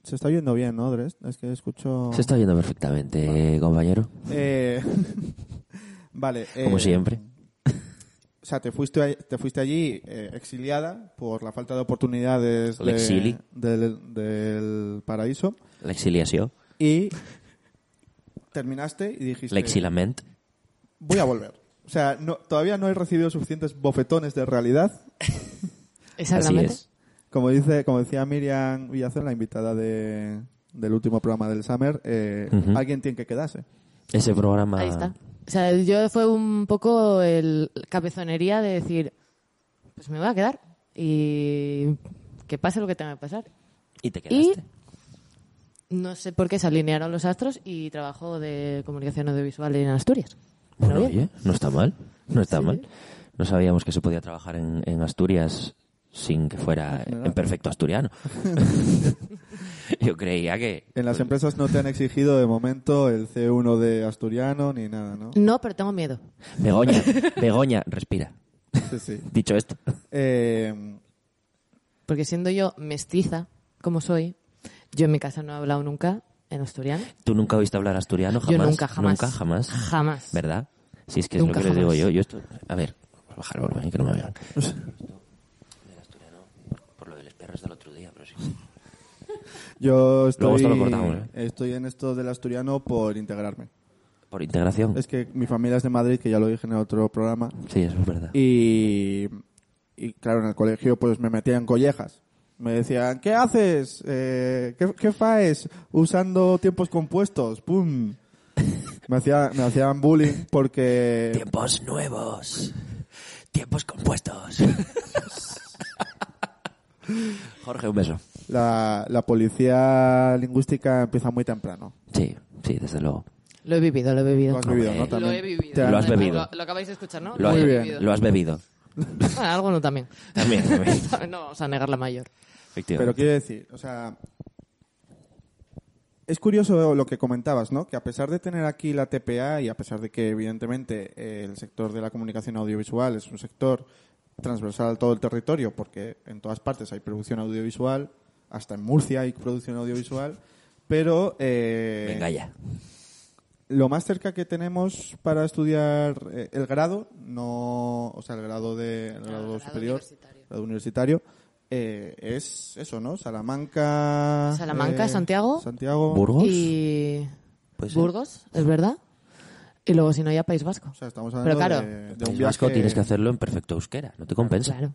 [SPEAKER 3] Se está oyendo bien, ¿no, Dresd? Es que escucho...
[SPEAKER 2] Se está oyendo perfectamente, compañero.
[SPEAKER 3] Eh, vale. eh,
[SPEAKER 2] Como siempre.
[SPEAKER 3] O sea, te fuiste, a- te fuiste allí eh, exiliada por la falta de oportunidades
[SPEAKER 2] El
[SPEAKER 3] de-
[SPEAKER 2] exili.
[SPEAKER 3] del, del paraíso
[SPEAKER 2] La exiliación.
[SPEAKER 3] y terminaste y dijiste,
[SPEAKER 2] La exilament.
[SPEAKER 3] voy a volver. O sea, no- todavía no he recibido suficientes bofetones de realidad.
[SPEAKER 2] Así
[SPEAKER 4] Exactamente.
[SPEAKER 2] es.
[SPEAKER 3] Como, dice, como decía Miriam Villazón, la invitada de- del último programa del Summer, eh,
[SPEAKER 2] Ujú.
[SPEAKER 3] alguien tiene que quedarse.
[SPEAKER 2] Ese programa.
[SPEAKER 4] Ahí está. O sea, yo fue un poco el cabezonería de decir, pues me voy a quedar y que pase lo que tenga que pasar.
[SPEAKER 2] Y te
[SPEAKER 4] Y
[SPEAKER 2] quedaste.
[SPEAKER 4] no sé por qué se alinearon los astros y trabajo de comunicación audiovisual en Asturias. Pero
[SPEAKER 2] Bueno,
[SPEAKER 4] bien.
[SPEAKER 2] oye, no está mal. No está mal. No sabíamos que se podía trabajar en, en Asturias sin que fuera en perfecto asturiano. Yo creía que.
[SPEAKER 3] En las empresas no te han exigido de momento el C1 de asturiano ni nada, ¿no?
[SPEAKER 4] No, pero tengo miedo.
[SPEAKER 2] Begoña, Begoña, respira.
[SPEAKER 3] Sí, sí.
[SPEAKER 2] Dicho esto,
[SPEAKER 3] Eh,
[SPEAKER 4] Porque siendo yo mestiza, como soy, yo en mi casa no he hablado nunca en asturiano.
[SPEAKER 2] ¿tú nunca oíste hablar asturiano? Jamás.
[SPEAKER 4] Yo nunca, jamás.
[SPEAKER 2] Nunca, jamás.
[SPEAKER 4] Jamás.
[SPEAKER 2] ¿Verdad? Si es que
[SPEAKER 4] Nunca,
[SPEAKER 2] es lo que les
[SPEAKER 4] jamás.
[SPEAKER 2] digo yo. yo esto... A ver, voy a bajar el volumen, ¿eh? que no me vean. Esto del asturiano, por- Por lo de los perros del otro día, pero sí.
[SPEAKER 3] Yo estoy,
[SPEAKER 2] Luego esto lo cortamos, ¿eh?
[SPEAKER 3] estoy en esto del asturiano por integrarme.
[SPEAKER 2] Por integración.
[SPEAKER 3] Es que mi familia es de Madrid, que ya lo dije en el otro programa,
[SPEAKER 2] Sí, eso es verdad.
[SPEAKER 3] y, y, claro, en el colegio pues me metían collejas. Me decían, ¿qué haces? Eh, ¿qué, ¿Qué faes? Usando tiempos compuestos. ¡Pum! Me, hacía- me hacían bullying porque...
[SPEAKER 2] Tiempos nuevos. Tiempos compuestos. Jorge, un beso.
[SPEAKER 3] La, la policía lingüística empieza muy temprano.
[SPEAKER 2] Sí, sí, desde luego.
[SPEAKER 4] Lo he vivido, lo he vivido.
[SPEAKER 3] Lo has vivido, ¿no?
[SPEAKER 2] Hombre.
[SPEAKER 3] También.
[SPEAKER 4] Lo he vivido.
[SPEAKER 3] Te-
[SPEAKER 2] Lo has bebido.
[SPEAKER 4] Lo, lo acabáis de escuchar, ¿no?
[SPEAKER 2] Lo has,
[SPEAKER 3] Muy
[SPEAKER 4] he
[SPEAKER 3] bien.
[SPEAKER 4] vivido.
[SPEAKER 2] lo has bebido.
[SPEAKER 4] Bueno, algo no también.
[SPEAKER 2] También, también.
[SPEAKER 4] no vamos a negar la mayor.
[SPEAKER 3] Pero
[SPEAKER 2] Efectivamente.
[SPEAKER 3] quiero decir, o sea, es curioso lo que comentabas, ¿no? Que a pesar de tener aquí la TPA y a pesar de que evidentemente eh, el sector de la comunicación audiovisual es un sector transversal a todo el territorio, porque en todas partes hay producción audiovisual, hasta en Murcia hay producción audiovisual, pero eh,
[SPEAKER 2] Venga ya.
[SPEAKER 3] lo más cerca que tenemos para estudiar eh, el grado, no, o sea, el grado de el grado
[SPEAKER 4] grado
[SPEAKER 3] superior,
[SPEAKER 4] universitario.
[SPEAKER 3] grado universitario, eh, es eso, ¿no? Salamanca, eh,
[SPEAKER 4] Salamanca, Santiago.
[SPEAKER 3] Santiago,
[SPEAKER 2] ¿Burgos?
[SPEAKER 4] Y
[SPEAKER 2] Puede ser.
[SPEAKER 4] Burgos, es verdad. Y luego, si no, ya País Vasco.
[SPEAKER 3] O sea, estamos hablando
[SPEAKER 4] Pero claro.
[SPEAKER 3] de, de un
[SPEAKER 2] El
[SPEAKER 3] viaje.
[SPEAKER 2] vasco tienes que hacerlo en perfecto euskera. No te compensa.
[SPEAKER 4] Claro.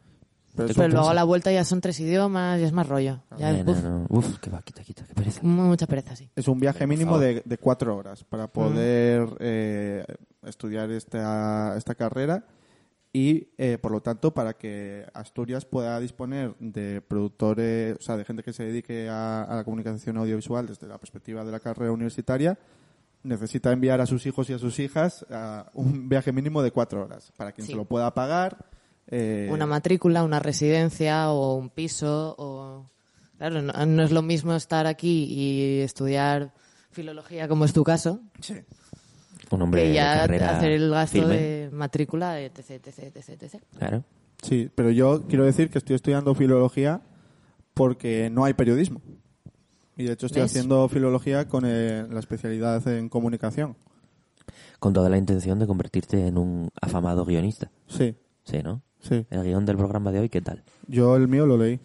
[SPEAKER 3] Pero
[SPEAKER 2] Te
[SPEAKER 3] eso-
[SPEAKER 4] Pero luego a la vuelta ya son tres idiomas, ya es más rollo. Ya,
[SPEAKER 2] Eh, no,
[SPEAKER 4] uf, Mm.
[SPEAKER 2] no. Uf, qué va, quita, quita, qué pereza.
[SPEAKER 4] Mucha pereza, sí.
[SPEAKER 3] Es un viaje
[SPEAKER 2] Por
[SPEAKER 3] mínimo
[SPEAKER 2] favor.
[SPEAKER 3] de, de cuatro horas para poder eh, estudiar esta, esta carrera y, eh, por lo tanto, para que Asturias pueda disponer de productores, o sea, de gente que se dedique a, a la comunicación audiovisual desde la perspectiva de la carrera universitaria, necesita enviar a sus hijos y a sus hijas a un viaje mínimo de cuatro horas para quien
[SPEAKER 4] Sí.
[SPEAKER 3] se lo pueda pagar. eh,
[SPEAKER 4] Una matrícula, una residencia o un piso. o Claro, no, no es lo mismo estar aquí y estudiar filología, como es tu caso,
[SPEAKER 3] sí.
[SPEAKER 2] Un hombre
[SPEAKER 4] que
[SPEAKER 2] de
[SPEAKER 4] ya
[SPEAKER 2] carrera
[SPEAKER 4] hacer el gasto
[SPEAKER 2] firme.
[SPEAKER 4] de matrícula, etc, etc, etc, etc.
[SPEAKER 2] Claro.
[SPEAKER 3] Sí, pero yo quiero decir que estoy estudiando filología porque no hay periodismo. Y de hecho estoy
[SPEAKER 4] ¿Ves?
[SPEAKER 3] haciendo filología con eh, la especialidad en comunicación.
[SPEAKER 2] Con toda la intención de convertirte en un afamado guionista.
[SPEAKER 3] Sí,
[SPEAKER 2] Sí, ¿no?
[SPEAKER 3] sí.
[SPEAKER 2] El guión del programa de hoy, ¿qué tal?
[SPEAKER 3] Yo el mío lo leí.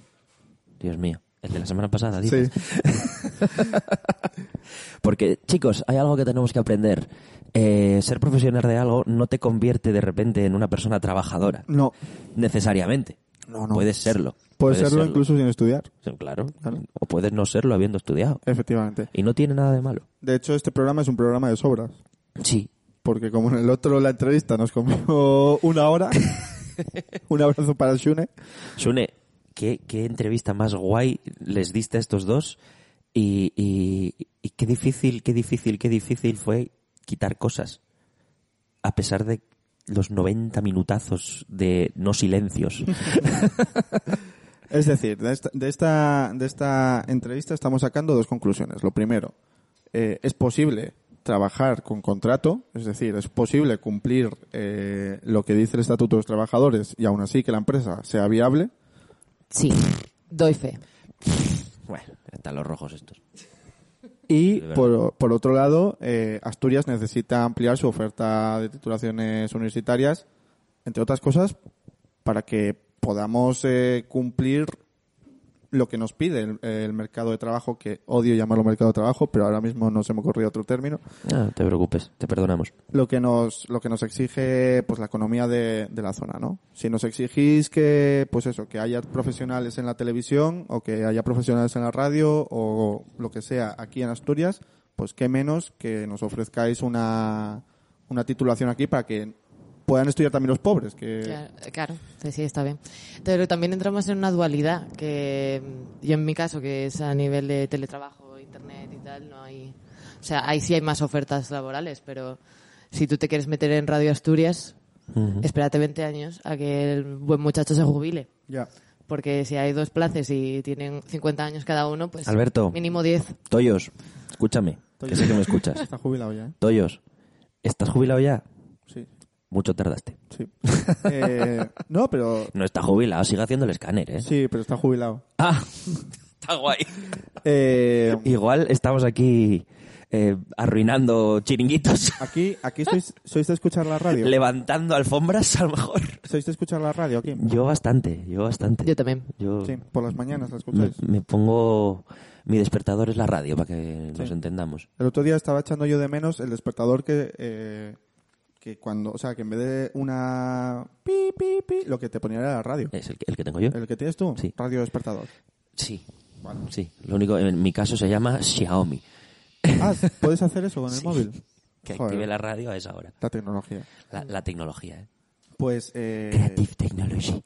[SPEAKER 2] Dios mío. El de la semana pasada, dices.
[SPEAKER 3] Sí.
[SPEAKER 2] Porque, chicos, hay algo que tenemos que aprender. Eh, ser profesional de algo no te convierte de repente en una persona trabajadora.
[SPEAKER 3] No,
[SPEAKER 2] Necesariamente.
[SPEAKER 3] Mm. No, no.
[SPEAKER 2] Puedes serlo.
[SPEAKER 3] puede serlo incluso sin estudiar,
[SPEAKER 2] Sí, Claro.
[SPEAKER 3] Claro.
[SPEAKER 2] O puedes no serlo habiendo estudiado.
[SPEAKER 3] efectivamente.
[SPEAKER 2] Y no tiene nada de malo.
[SPEAKER 3] De hecho, este programa es un programa de sobras.
[SPEAKER 2] Sí.
[SPEAKER 3] Porque como en el otro la entrevista nos comió una hora, un abrazo para Shune.
[SPEAKER 2] Sune, ¿qué, qué entrevista más guay les diste a estos dos? Y, y- y qué difícil, qué difícil, qué difícil fue quitar cosas. A pesar de los 90 minutazos de no silencios.
[SPEAKER 3] Es decir, de esta, de, esta, de esta entrevista estamos sacando dos conclusiones. Lo primero, eh, es posible trabajar con contrato, es decir, es posible cumplir eh, lo que dice el Estatuto de los Trabajadores y aún así que la empresa sea viable.
[SPEAKER 4] Sí, doy fe.
[SPEAKER 2] bueno, están los rojos estos. De
[SPEAKER 3] Y
[SPEAKER 2] verdad.
[SPEAKER 3] por, por otro lado, eh, Asturias necesita ampliar su oferta de titulaciones universitarias, entre otras cosas, para que podamos eh, cumplir lo que nos pide el, el mercado de trabajo, que odio llamarlo mercado de trabajo, pero ahora mismo no se me ocurrió otro término,
[SPEAKER 2] No te preocupes, te perdonamos.
[SPEAKER 3] lo que nos, lo que nos exige pues la economía de, de la zona, ¿no? Si nos exigís que, pues eso, que haya profesionales en la televisión, o que haya profesionales en la radio, o lo que sea aquí en Asturias, pues qué menos que nos ofrezcáis una, una titulación aquí para que puedan estudiar también los pobres, que
[SPEAKER 4] Claro, eh, claro, sí, sí, está bien. Pero también entramos en una dualidad, que mm, yo en mi caso, que es a nivel de teletrabajo, internet y tal, no hay... O sea, ahí sí hay más ofertas laborales, pero si tú te quieres meter en Radio Asturias, espérate 20 años a que el buen muchacho se jubile.
[SPEAKER 3] ya.
[SPEAKER 4] Porque si hay dos plazas y tienen 50 años cada uno, pues
[SPEAKER 2] Alberto.
[SPEAKER 4] mínimo 10.
[SPEAKER 2] Toyos, escúchame, que sé que me escuchas.
[SPEAKER 3] Está jubilado ya, ¿eh?
[SPEAKER 2] Toyos, ¿estás jubilado ya?
[SPEAKER 3] Sí,
[SPEAKER 2] Mucho tardaste.
[SPEAKER 3] sí. Eh, no, pero
[SPEAKER 2] No está jubilado, sigue haciendo el escáner, ¿eh?
[SPEAKER 3] sí, pero está jubilado.
[SPEAKER 2] Ah, está guay.
[SPEAKER 3] Eh,
[SPEAKER 2] Igual estamos aquí eh, arruinando chiringuitos,
[SPEAKER 3] aquí, aquí sois, sois de escuchar la radio.
[SPEAKER 2] levantando alfombras a lo mejor.
[SPEAKER 3] ¿Sois de escuchar la radio aquí?
[SPEAKER 2] Yo bastante, yo bastante.
[SPEAKER 4] Yo también.
[SPEAKER 2] Yo
[SPEAKER 3] Sí, pues. por las mañanas la
[SPEAKER 2] me,
[SPEAKER 3] escucháis.
[SPEAKER 2] me pongo... Mi despertador es la radio, para que nos entendamos.
[SPEAKER 3] El otro día estaba echando yo de menos el despertador que, eh, que cuando, o sea, que en vez de una pi, pi, pi, lo que te ponía era la radio.
[SPEAKER 2] ¿Es el que, el que tengo yo?
[SPEAKER 3] ¿El que tienes tú?
[SPEAKER 2] Eh, Sí.
[SPEAKER 3] Radio despertador.
[SPEAKER 2] Sí. Sí, lo único, en mi caso se llama Xiaomi,
[SPEAKER 3] Ah, ¿puedes hacer eso con el móvil?
[SPEAKER 2] que
[SPEAKER 3] Joder,
[SPEAKER 2] active la radio a esa hora.
[SPEAKER 3] la tecnología.
[SPEAKER 2] La, la tecnología, ¿eh?
[SPEAKER 3] Pues, eh,
[SPEAKER 2] Creative Technology.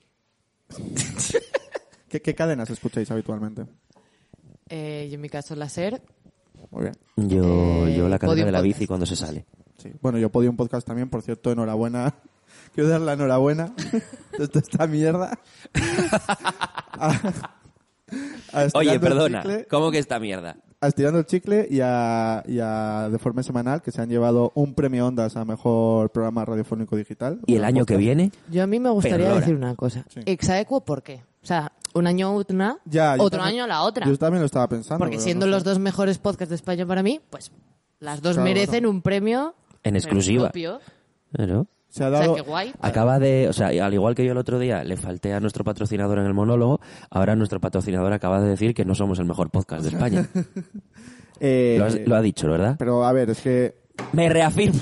[SPEAKER 3] ¿qué, qué cadenas escucháis habitualmente?
[SPEAKER 4] Eh, yo en mi caso la SER,
[SPEAKER 3] Muy bien.
[SPEAKER 2] Yo,
[SPEAKER 4] Eh,
[SPEAKER 2] yo la cadena
[SPEAKER 4] Podium
[SPEAKER 2] de la
[SPEAKER 4] Podcast.
[SPEAKER 2] bici cuando se sale.
[SPEAKER 3] Sí. Bueno, yo podía un podcast también, por cierto, enhorabuena. Quiero dar la enhorabuena de toda esta mierda. A- a
[SPEAKER 2] Oye,
[SPEAKER 3] Estirando el
[SPEAKER 2] perdona,
[SPEAKER 3] Chicle.
[SPEAKER 2] ¿cómo que esta mierda?
[SPEAKER 3] a Estirando el Chicle y a, y a De Forma Semanal, que se han llevado un premio Ondas a Mejor Programa Radiofónico Digital.
[SPEAKER 2] ¿Y el año que
[SPEAKER 3] pues,
[SPEAKER 2] viene?
[SPEAKER 4] Yo a mí me gustaría
[SPEAKER 2] Perdona.
[SPEAKER 4] decir una cosa.
[SPEAKER 3] Sí.
[SPEAKER 4] Exaequo, ¿por qué? O sea, un año una,
[SPEAKER 3] Ya, yo
[SPEAKER 4] otro
[SPEAKER 3] también-
[SPEAKER 4] año la otra.
[SPEAKER 3] Yo también lo estaba pensando.
[SPEAKER 4] Porque
[SPEAKER 3] pero
[SPEAKER 4] siendo
[SPEAKER 3] no sé.
[SPEAKER 4] los dos mejores podcasts de España para mí, pues las dos
[SPEAKER 3] Claro,
[SPEAKER 4] merecen
[SPEAKER 3] claro.
[SPEAKER 4] un premio
[SPEAKER 2] En exclusiva.
[SPEAKER 4] propio.
[SPEAKER 2] Claro.
[SPEAKER 3] Se ha
[SPEAKER 4] O sea,
[SPEAKER 3] dado...
[SPEAKER 4] qué guay.
[SPEAKER 2] Acaba de, o sea, al igual que yo el otro día le falté a nuestro patrocinador en el monólogo, ahora nuestro patrocinador acaba de decir que no somos el mejor podcast de España.
[SPEAKER 3] eh,
[SPEAKER 2] Lo, has- lo ha dicho, ¿verdad?
[SPEAKER 3] Pero a ver, es que
[SPEAKER 2] Me reafirmo.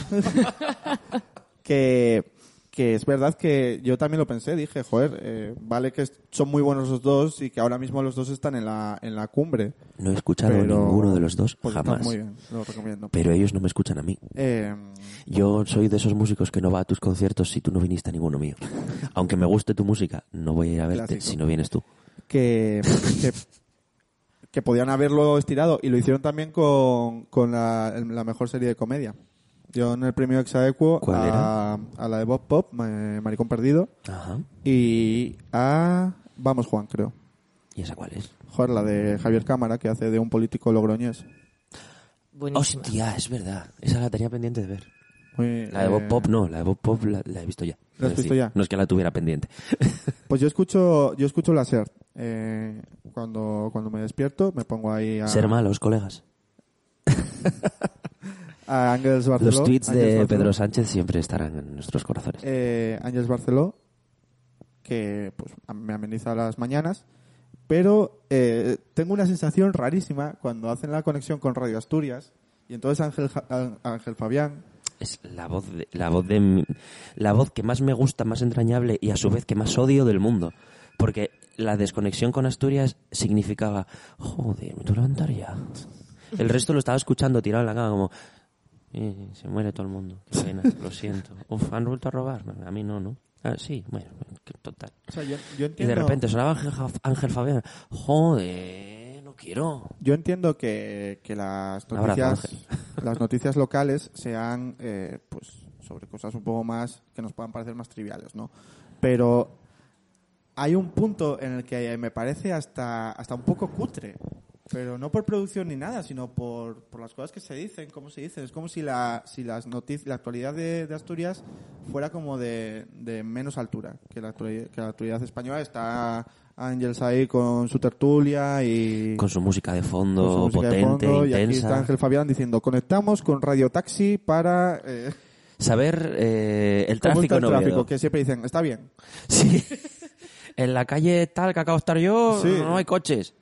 [SPEAKER 3] que, que es verdad que yo también lo pensé, dije, joder, eh, vale que es- son muy buenos los dos y que ahora mismo los dos están en la, en la cumbre.
[SPEAKER 2] No he escuchado a
[SPEAKER 3] pero-
[SPEAKER 2] ninguno de los dos
[SPEAKER 3] pues está
[SPEAKER 2] jamás.
[SPEAKER 3] Muy bien, lo recomiendo.
[SPEAKER 2] Pero ellos no me escuchan a mí.
[SPEAKER 3] Eh,
[SPEAKER 2] Yo soy de esos músicos que no va a tus conciertos si tú no viniste a ninguno mío. Aunque me guste tu música, no voy a ir a verte
[SPEAKER 3] Clásico.
[SPEAKER 2] si no vienes tú.
[SPEAKER 3] que, que, que podían haberlo estirado y lo hicieron también con, con la, la mejor serie de comedia. Yo en el premio Exaequo
[SPEAKER 2] ¿Cuál
[SPEAKER 3] a, a la de Bob Pop, eh, Maricón Perdido,
[SPEAKER 2] Ajá.
[SPEAKER 3] y a Vamos Juan, creo.
[SPEAKER 2] ¿Y esa cuál es?
[SPEAKER 3] Joder, la de Javier Cámara, que hace de un político logroñés.
[SPEAKER 4] Buenísima.
[SPEAKER 2] Hostia, es verdad. Esa la tenía pendiente de ver.
[SPEAKER 3] Muy,
[SPEAKER 2] La de Bob
[SPEAKER 3] eh,
[SPEAKER 2] Pop no, la de Bob Pop la, la he visto ya.
[SPEAKER 3] ¿La has
[SPEAKER 2] Es decir,
[SPEAKER 3] visto ya?
[SPEAKER 2] No es que la tuviera pendiente.
[SPEAKER 3] Pues yo escucho, yo escucho la SER. Eh, cuando, cuando me despierto, me pongo ahí a,
[SPEAKER 2] Ser malos, colegas.
[SPEAKER 3] a Ángels Barceló.
[SPEAKER 2] Los tweets
[SPEAKER 3] Ángels
[SPEAKER 2] de
[SPEAKER 3] Barceló.
[SPEAKER 2] Pedro Sánchez siempre estarán en nuestros corazones.
[SPEAKER 3] Eh, Ángels Barceló, que pues, a- me ameniza las mañanas. Pero eh, tengo una sensación rarísima cuando hacen la conexión con Radio Asturias y entonces Ángel, Ja- Á- Ángel Fabián
[SPEAKER 2] Es la voz, de- la voz de mi- la voz que más me gusta, más entrañable y a su vez que más odio del mundo, porque la desconexión con Asturias significaba, joder, me tengo que levantar ya. El resto lo estaba escuchando tirado en la cama como "Eh, se muere todo el mundo, qué pena, lo siento. Uf, han vuelto a robar, a mí no, ¿no? Ah, sí, bueno, que- total.
[SPEAKER 3] O sea, yo, yo
[SPEAKER 2] Y de
[SPEAKER 3] entiendo,
[SPEAKER 2] repente sonaba Ángel, Ja- Ángel Fabián, joder, no quiero.
[SPEAKER 3] yo entiendo que, que las
[SPEAKER 2] Un abrazo,
[SPEAKER 3] noticias, las noticias locales sean eh, pues sobre cosas un poco más que nos puedan parecer más triviales, ¿no? Pero hay un punto en el que me parece hasta, hasta un poco cutre. Pero no por producción ni nada, sino por, por las cosas que se dicen, cómo se dicen. Es como si la, si las notic- la actualidad de, de Asturias fuera como de, de menos altura que la, actuali- que la actualidad española. Está Ángels ahí con su tertulia y
[SPEAKER 2] Con su música de
[SPEAKER 3] con su
[SPEAKER 2] fondo
[SPEAKER 3] música de
[SPEAKER 2] potente,
[SPEAKER 3] fondo, Y aquí
[SPEAKER 2] intensa.
[SPEAKER 3] está Ángel Fabián diciendo, conectamos con Radio Taxi para... eh,
[SPEAKER 2] Saber eh, el
[SPEAKER 3] ¿cómo
[SPEAKER 2] tráfico
[SPEAKER 3] está el
[SPEAKER 2] en Oviedo.
[SPEAKER 3] tráfico, que siempre dicen, está bien.
[SPEAKER 2] Sí. en la calle tal que acabo de estar yo,
[SPEAKER 3] Sí. Pues
[SPEAKER 2] no hay coches.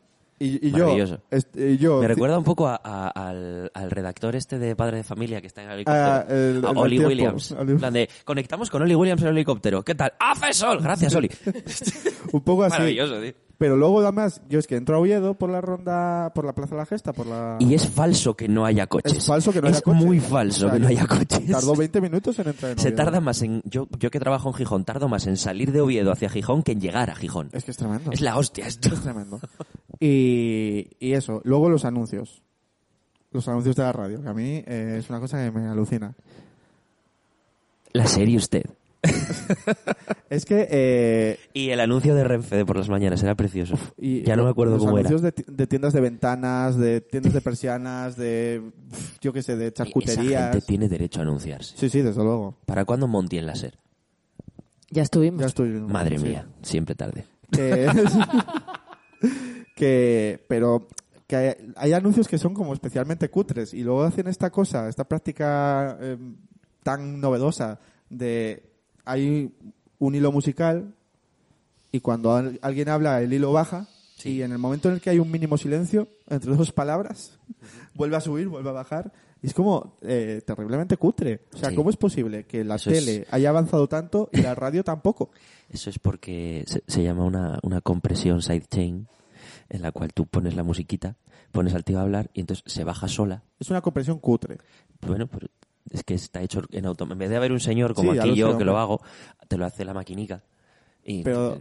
[SPEAKER 3] Y, y yo...
[SPEAKER 2] Maravilloso.
[SPEAKER 3] est- y yo
[SPEAKER 2] Me
[SPEAKER 3] ci-
[SPEAKER 2] recuerda un poco a- a- al, al redactor este de Padre de Familia que está en el
[SPEAKER 3] Ah,
[SPEAKER 2] helicóptero.
[SPEAKER 3] el- el
[SPEAKER 2] A
[SPEAKER 3] del
[SPEAKER 2] Oli
[SPEAKER 3] tiempo.
[SPEAKER 2] Williams.
[SPEAKER 3] Oli-
[SPEAKER 2] En plan de, conectamos con Oli Williams en el helicóptero. ¿Qué tal? ¡Hace sol! Gracias, Oli.
[SPEAKER 3] Pues Un poco así.
[SPEAKER 2] Maravilloso, tío.
[SPEAKER 3] Pero luego, además, yo es que entro a Oviedo por la ronda, por la Plaza de la Gesta, por la...
[SPEAKER 2] Y es falso que no haya coches.
[SPEAKER 3] Es falso que no haya
[SPEAKER 2] Es
[SPEAKER 3] coches.
[SPEAKER 2] muy
[SPEAKER 3] O
[SPEAKER 2] falso
[SPEAKER 3] sea,
[SPEAKER 2] que no haya coches.
[SPEAKER 3] Tardó 20 minutos en entrar en
[SPEAKER 2] Se
[SPEAKER 3] Oviedo.
[SPEAKER 2] tarda más en... Yo, yo que trabajo en Gijón, tardo más en salir de Oviedo hacia Gijón que en llegar a Gijón.
[SPEAKER 3] Es que es tremendo.
[SPEAKER 2] Es la hostia esto.
[SPEAKER 3] Es tremendo. Y, y eso. Luego los anuncios. Los anuncios de la radio, que a mí eh, es una cosa que me alucina.
[SPEAKER 2] La serie usted.
[SPEAKER 3] Es que... eh,
[SPEAKER 2] Y el anuncio de Renfe de por las mañanas era precioso.
[SPEAKER 3] y
[SPEAKER 2] ya no me acuerdo
[SPEAKER 3] los
[SPEAKER 2] cómo era.
[SPEAKER 3] anuncios De, ti- de tiendas de ventanas, de tiendas de persianas, de... pf, Yo qué sé, de
[SPEAKER 2] Esa
[SPEAKER 3] charcuterías.
[SPEAKER 2] gente tiene derecho a anunciarse.
[SPEAKER 3] Sí, sí, desde luego.
[SPEAKER 2] ¿Para cuándo Monty en la SER?
[SPEAKER 4] Ya estuvimos.
[SPEAKER 3] Ya estoy...
[SPEAKER 2] Madre
[SPEAKER 3] sí.
[SPEAKER 2] mía, siempre tarde.
[SPEAKER 3] que que pero que hay, hay anuncios que son como especialmente cutres y luego hacen esta cosa esta práctica eh, tan novedosa de hay un hilo musical y cuando al- alguien habla el hilo baja
[SPEAKER 2] Sí.
[SPEAKER 3] y en el momento en el que hay un mínimo silencio entre dos palabras vuelve a subir vuelve a bajar y es como eh, terriblemente cutre o sea
[SPEAKER 2] Sí.
[SPEAKER 3] cómo es posible que la
[SPEAKER 2] Eso es-
[SPEAKER 3] tele haya avanzado tanto y la radio tampoco
[SPEAKER 2] Eso es porque se, se llama una, una compresión sidechain, en la cual tú pones la musiquita, pones al tío a hablar y entonces se baja sola.
[SPEAKER 3] es una comprensión cutre
[SPEAKER 2] Bueno, pero es que está hecho en automático. En vez de haber un señor como
[SPEAKER 3] Sí, ya
[SPEAKER 2] aquí
[SPEAKER 3] lo sé,
[SPEAKER 2] yo que
[SPEAKER 3] hombre.
[SPEAKER 2] lo hago, te lo hace la maquinica. Y
[SPEAKER 3] Pero-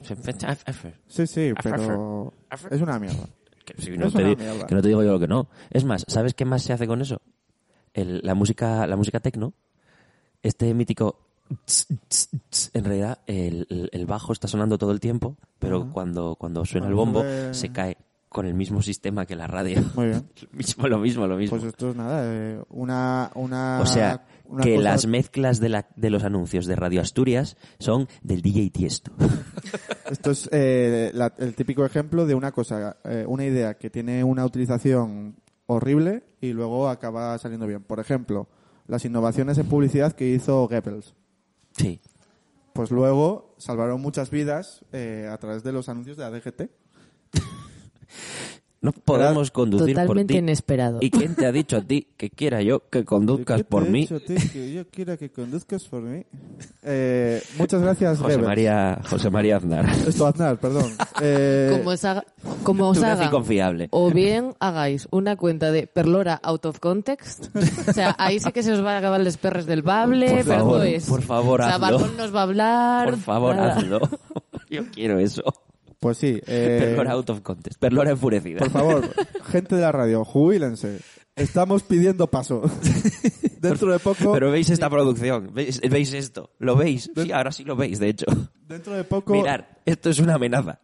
[SPEAKER 3] Sí, sí, pero es una mierda.
[SPEAKER 2] Que, si no
[SPEAKER 3] Es
[SPEAKER 2] te
[SPEAKER 3] una
[SPEAKER 2] di-
[SPEAKER 3] mierda.
[SPEAKER 2] que no te digo yo lo que no. Es más, ¿sabes qué más se hace con eso? El- la música, la música tecno, este mítico tss, tss, tss, en realidad el, el- el bajo está sonando todo el tiempo, pero cuando, cuando suena el
[SPEAKER 3] Cuando
[SPEAKER 2] bombo
[SPEAKER 3] sube-
[SPEAKER 2] se cae con el mismo sistema que la radio.
[SPEAKER 3] Muy bien.
[SPEAKER 2] lo mismo, lo mismo, lo mismo.
[SPEAKER 3] Pues esto es nada, eh, una, una...
[SPEAKER 2] o sea,
[SPEAKER 3] una
[SPEAKER 2] que
[SPEAKER 3] cosa-
[SPEAKER 2] las mezclas de, la, de los anuncios de Radio Asturias son del DJ Tiesto.
[SPEAKER 3] Esto es eh, la- el típico ejemplo de una cosa, eh, una idea que tiene una utilización horrible y luego acaba saliendo bien. Por ejemplo, las innovaciones en publicidad que hizo Goebbels.
[SPEAKER 2] sí.
[SPEAKER 3] Pues luego salvaron muchas vidas eh, a través de los anuncios de la DGT.
[SPEAKER 2] No podemos conducir por
[SPEAKER 4] Totalmente
[SPEAKER 2] ti.
[SPEAKER 4] inesperado.
[SPEAKER 2] ¿Y quién te ha dicho a ti que quiera yo que conduzcas
[SPEAKER 3] ¿Qué te
[SPEAKER 2] por
[SPEAKER 3] he
[SPEAKER 2] mí?
[SPEAKER 3] dicho a ti que yo quiera que conduzcas por mí. Eh, muchas gracias,
[SPEAKER 2] José
[SPEAKER 3] Goebbels.
[SPEAKER 2] María, José María Aznar.
[SPEAKER 3] Esto, Aznar, perdón. Eh,
[SPEAKER 4] Como os, haga- como os
[SPEAKER 2] Tú eres
[SPEAKER 4] hagan,
[SPEAKER 2] inconfiable.
[SPEAKER 4] o bien hagáis una cuenta de Perlora out of context, o sea, ahí sí que se os van a acabar los perres del bable,
[SPEAKER 2] Por
[SPEAKER 4] pero
[SPEAKER 2] favor,
[SPEAKER 4] no es.
[SPEAKER 2] por favor,
[SPEAKER 4] o sea,
[SPEAKER 2] hazlo.
[SPEAKER 4] Barbón nos va a hablar.
[SPEAKER 2] Por favor,
[SPEAKER 4] nada.
[SPEAKER 2] hazlo. Yo quiero eso.
[SPEAKER 3] Pues sí. eh,
[SPEAKER 2] Perlora out of contest. Perlora enfurecida.
[SPEAKER 3] Por favor, gente de la radio, jubílense. Estamos pidiendo paso. dentro de poco,
[SPEAKER 2] Pero veis esta producción. ¿Veis, veis esto. ¿Lo veis? Sí, ahora sí lo veis, de hecho.
[SPEAKER 3] dentro de poco,
[SPEAKER 2] Mirad, esto es una amenaza.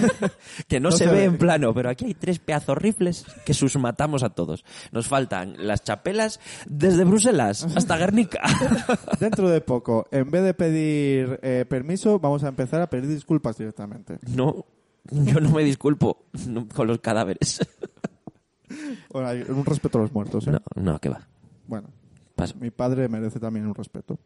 [SPEAKER 2] que no,
[SPEAKER 3] No
[SPEAKER 2] se,
[SPEAKER 3] se
[SPEAKER 2] ve,
[SPEAKER 3] ve.
[SPEAKER 2] en plano, pero aquí hay tres pedazos rifles que sus matamos a todos. Nos faltan las chapelas desde Bruselas hasta Guernica.
[SPEAKER 3] dentro de poco, en vez de pedir eh, permiso, vamos a empezar a pedir disculpas directamente.
[SPEAKER 2] no, yo no me disculpo no, con los cadáveres.
[SPEAKER 3] Bueno, hay un respeto a los muertos. ¿eh?
[SPEAKER 2] No, no, que va.
[SPEAKER 3] Bueno,
[SPEAKER 2] Paso.
[SPEAKER 3] mi padre merece también un respeto.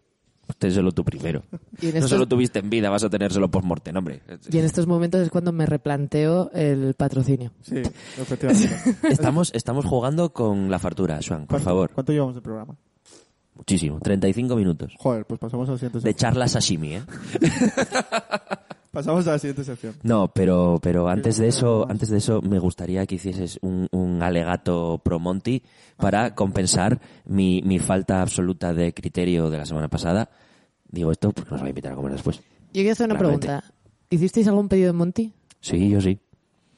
[SPEAKER 5] Ténselo tú primero.
[SPEAKER 4] Y en
[SPEAKER 5] No
[SPEAKER 4] estos-
[SPEAKER 5] solo tuviste en vida, vas a tenérselo post-mortem, hombre.
[SPEAKER 4] Y en estos momentos es cuando me replanteo el patrocinio.
[SPEAKER 3] Sí, efectivamente.
[SPEAKER 2] Estamos, estamos jugando con la fartura, Swan, por
[SPEAKER 3] ¿Cuánto-
[SPEAKER 2] favor.
[SPEAKER 3] ¿Cuánto llevamos de programa?
[SPEAKER 2] Muchísimo. 35 minutos.
[SPEAKER 3] Joder, pues pasamos a la siguiente
[SPEAKER 2] De
[SPEAKER 3] sección.
[SPEAKER 2] charla sashimi, ¿eh?
[SPEAKER 3] Pasamos a la siguiente sección.
[SPEAKER 2] No, pero, pero antes de
[SPEAKER 3] algo
[SPEAKER 2] eso,
[SPEAKER 3] más.
[SPEAKER 2] antes de eso, me gustaría que hicieses un, un alegato pro Monty para compensar mi, mi falta absoluta de criterio de la semana pasada. Digo esto porque nos va a invitar a comer después.
[SPEAKER 4] Yo quiero hacer una
[SPEAKER 2] Claramente.
[SPEAKER 4] pregunta. ¿Hicisteis algún pedido en Monty?
[SPEAKER 2] Sí, yo sí.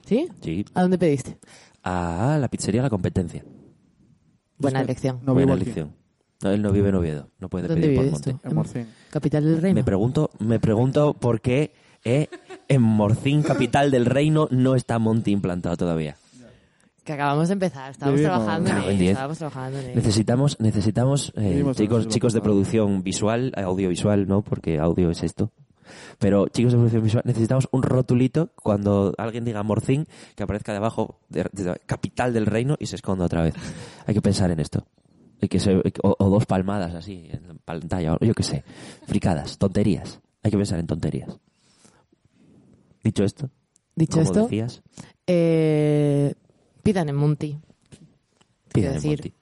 [SPEAKER 4] ¿Sí?
[SPEAKER 2] Sí.
[SPEAKER 4] ¿A dónde pediste?
[SPEAKER 2] Ah, la pizzería La Competencia.
[SPEAKER 4] Buena
[SPEAKER 3] Es que
[SPEAKER 4] elección.
[SPEAKER 3] No vivo
[SPEAKER 2] Buena
[SPEAKER 3] aquí,
[SPEAKER 2] elección. No, él no vive en Oviedo. No puede
[SPEAKER 4] ¿Dónde
[SPEAKER 2] pedir por
[SPEAKER 4] vives
[SPEAKER 2] Monty.
[SPEAKER 4] tú?
[SPEAKER 3] en Morcín.
[SPEAKER 4] Capital del
[SPEAKER 2] Me
[SPEAKER 4] Reino.
[SPEAKER 2] pregunto, me pregunto por qué eh, en Morcín, capital del reino, no está Monty implantado todavía.
[SPEAKER 4] Que acabamos de empezar. Estábamos
[SPEAKER 3] Vivimos.
[SPEAKER 4] trabajando en
[SPEAKER 2] Claro,
[SPEAKER 4] ello,
[SPEAKER 2] diez.
[SPEAKER 4] Estábamos trabajando en ello.
[SPEAKER 2] Necesitamos, necesitamos eh,
[SPEAKER 3] Vivimos en el
[SPEAKER 2] chicos,
[SPEAKER 3] siglo
[SPEAKER 2] chicos de
[SPEAKER 3] pasado.
[SPEAKER 2] producción visual, audiovisual, ¿no? Porque audio es esto. Pero chicos de producción visual, necesitamos un rotulito cuando alguien diga Morcín que aparezca debajo de, de- capital del reino y se esconda otra vez. Hay que pensar en esto. Hay que ser- o, o dos palmadas así en la pantalla, o yo qué sé. Fricadas, tonterías. Hay que pensar en tonterías. Dicho esto,
[SPEAKER 4] Dicho
[SPEAKER 2] como
[SPEAKER 4] esto,
[SPEAKER 2] decías,
[SPEAKER 4] eh, pidan en Monty.
[SPEAKER 2] pidan en
[SPEAKER 4] decir,
[SPEAKER 2] Monty.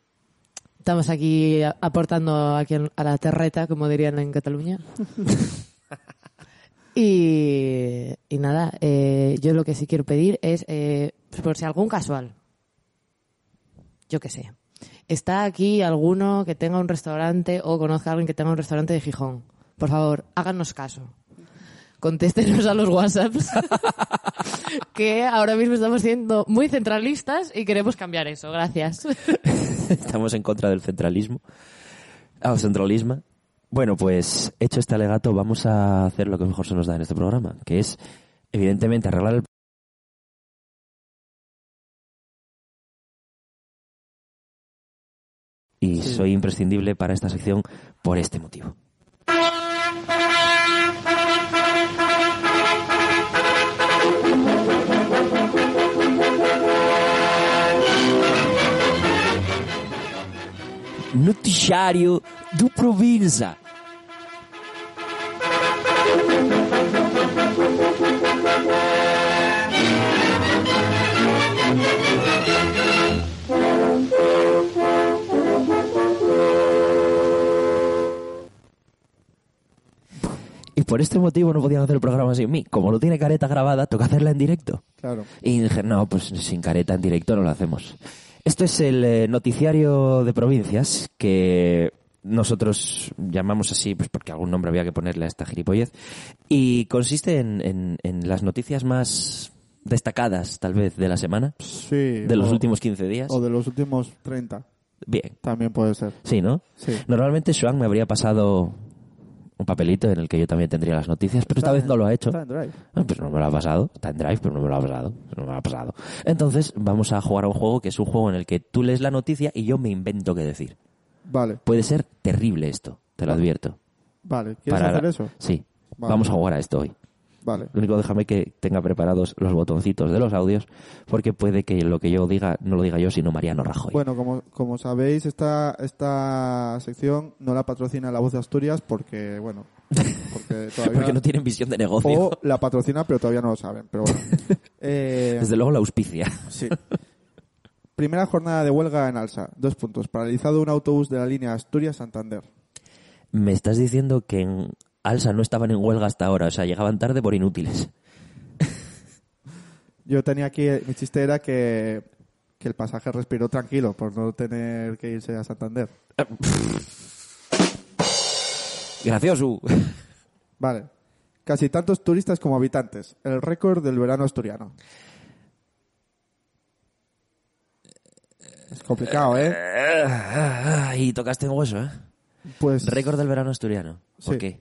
[SPEAKER 4] Estamos aquí a- aportando aquí en- a la terreta, como dirían en Cataluña. y, y nada, eh, yo lo que sí quiero pedir es, eh, por si algún casual, yo qué sé, está aquí alguno que tenga un restaurante o conozca a alguien que tenga un restaurante de Gijón. Por favor, háganos caso. Contéstenos a los WhatsApps, que ahora mismo estamos siendo muy centralistas y queremos cambiar eso. Gracias.
[SPEAKER 2] Estamos en contra del centralismo. Ah, centralismo. Bueno, pues hecho este alegato, vamos a hacer lo que mejor se nos da en este programa, que es, evidentemente, arreglar el Y soy imprescindible para esta sección por este motivo. Noticiario do Provinza. Y por este motivo no podían hacer el programa sin mí. Como no tiene careta grabada, toca hacerla en directo.
[SPEAKER 3] Claro.
[SPEAKER 2] Y dije, no, pues sin careta en directo no lo hacemos. Esto es el eh, noticiario de provincias que nosotros llamamos así, pues porque algún nombre había que ponerle a esta gilipollez. Y consiste en, en- en las noticias más destacadas, tal vez, de la semana,
[SPEAKER 3] Sí.
[SPEAKER 2] de los
[SPEAKER 3] o-
[SPEAKER 2] últimos 15 días.
[SPEAKER 3] O de los últimos 30.
[SPEAKER 2] Bien,
[SPEAKER 3] También puede ser.
[SPEAKER 2] sí, ¿no?
[SPEAKER 3] Sí.
[SPEAKER 2] Normalmente Joan me habría pasado un papelito en el que yo también tendría las noticias, pero esta vez no lo ha hecho.
[SPEAKER 3] Está en Drive.
[SPEAKER 2] Ah, Pues no me lo ha pasado. Está en Drive, pero no me lo ha pasado. No me lo ha pasado. Entonces, vamos a jugar a un juego que es un juego en el que tú lees la noticia y yo me invento qué decir.
[SPEAKER 3] Vale,
[SPEAKER 2] Puede ser terrible esto, te lo advierto.
[SPEAKER 3] vale. ¿Quieres
[SPEAKER 2] Para-
[SPEAKER 3] hacer eso?
[SPEAKER 2] Sí.
[SPEAKER 3] Vale.
[SPEAKER 2] Vamos a jugar a esto hoy.
[SPEAKER 3] Vale.
[SPEAKER 2] Lo único, déjame que tenga preparados los botoncitos de los audios, porque puede que lo que yo diga no lo diga yo, sino Mariano Rajoy.
[SPEAKER 3] Bueno, como, como sabéis, esta, esta sección no la patrocina La Voz de Asturias porque, bueno, porque todavía...
[SPEAKER 2] porque no tienen visión de negocio.
[SPEAKER 3] o la patrocina, pero todavía no lo saben. Pero bueno. Eh,
[SPEAKER 2] Desde luego la auspicia.
[SPEAKER 3] Sí. Primera jornada de huelga en Alsa. Dos puntos. Paralizado un autobús de la línea Asturias-Santander.
[SPEAKER 2] Me estás diciendo que en Alsa no estaban en huelga hasta ahora, o sea, llegaban tarde por inútiles.
[SPEAKER 3] Yo tenía aquí, mi chiste era que, que el pasaje respiró tranquilo por no tener que irse a Santander.
[SPEAKER 2] Gracioso.
[SPEAKER 3] Vale. Casi tantos turistas como habitantes. El récord del verano asturiano. Es complicado, ¿eh?
[SPEAKER 2] Ah, y tocaste en hueso, ¿eh?
[SPEAKER 3] Pues
[SPEAKER 2] Récord del verano asturiano. ¿Por
[SPEAKER 3] Sí.
[SPEAKER 2] qué?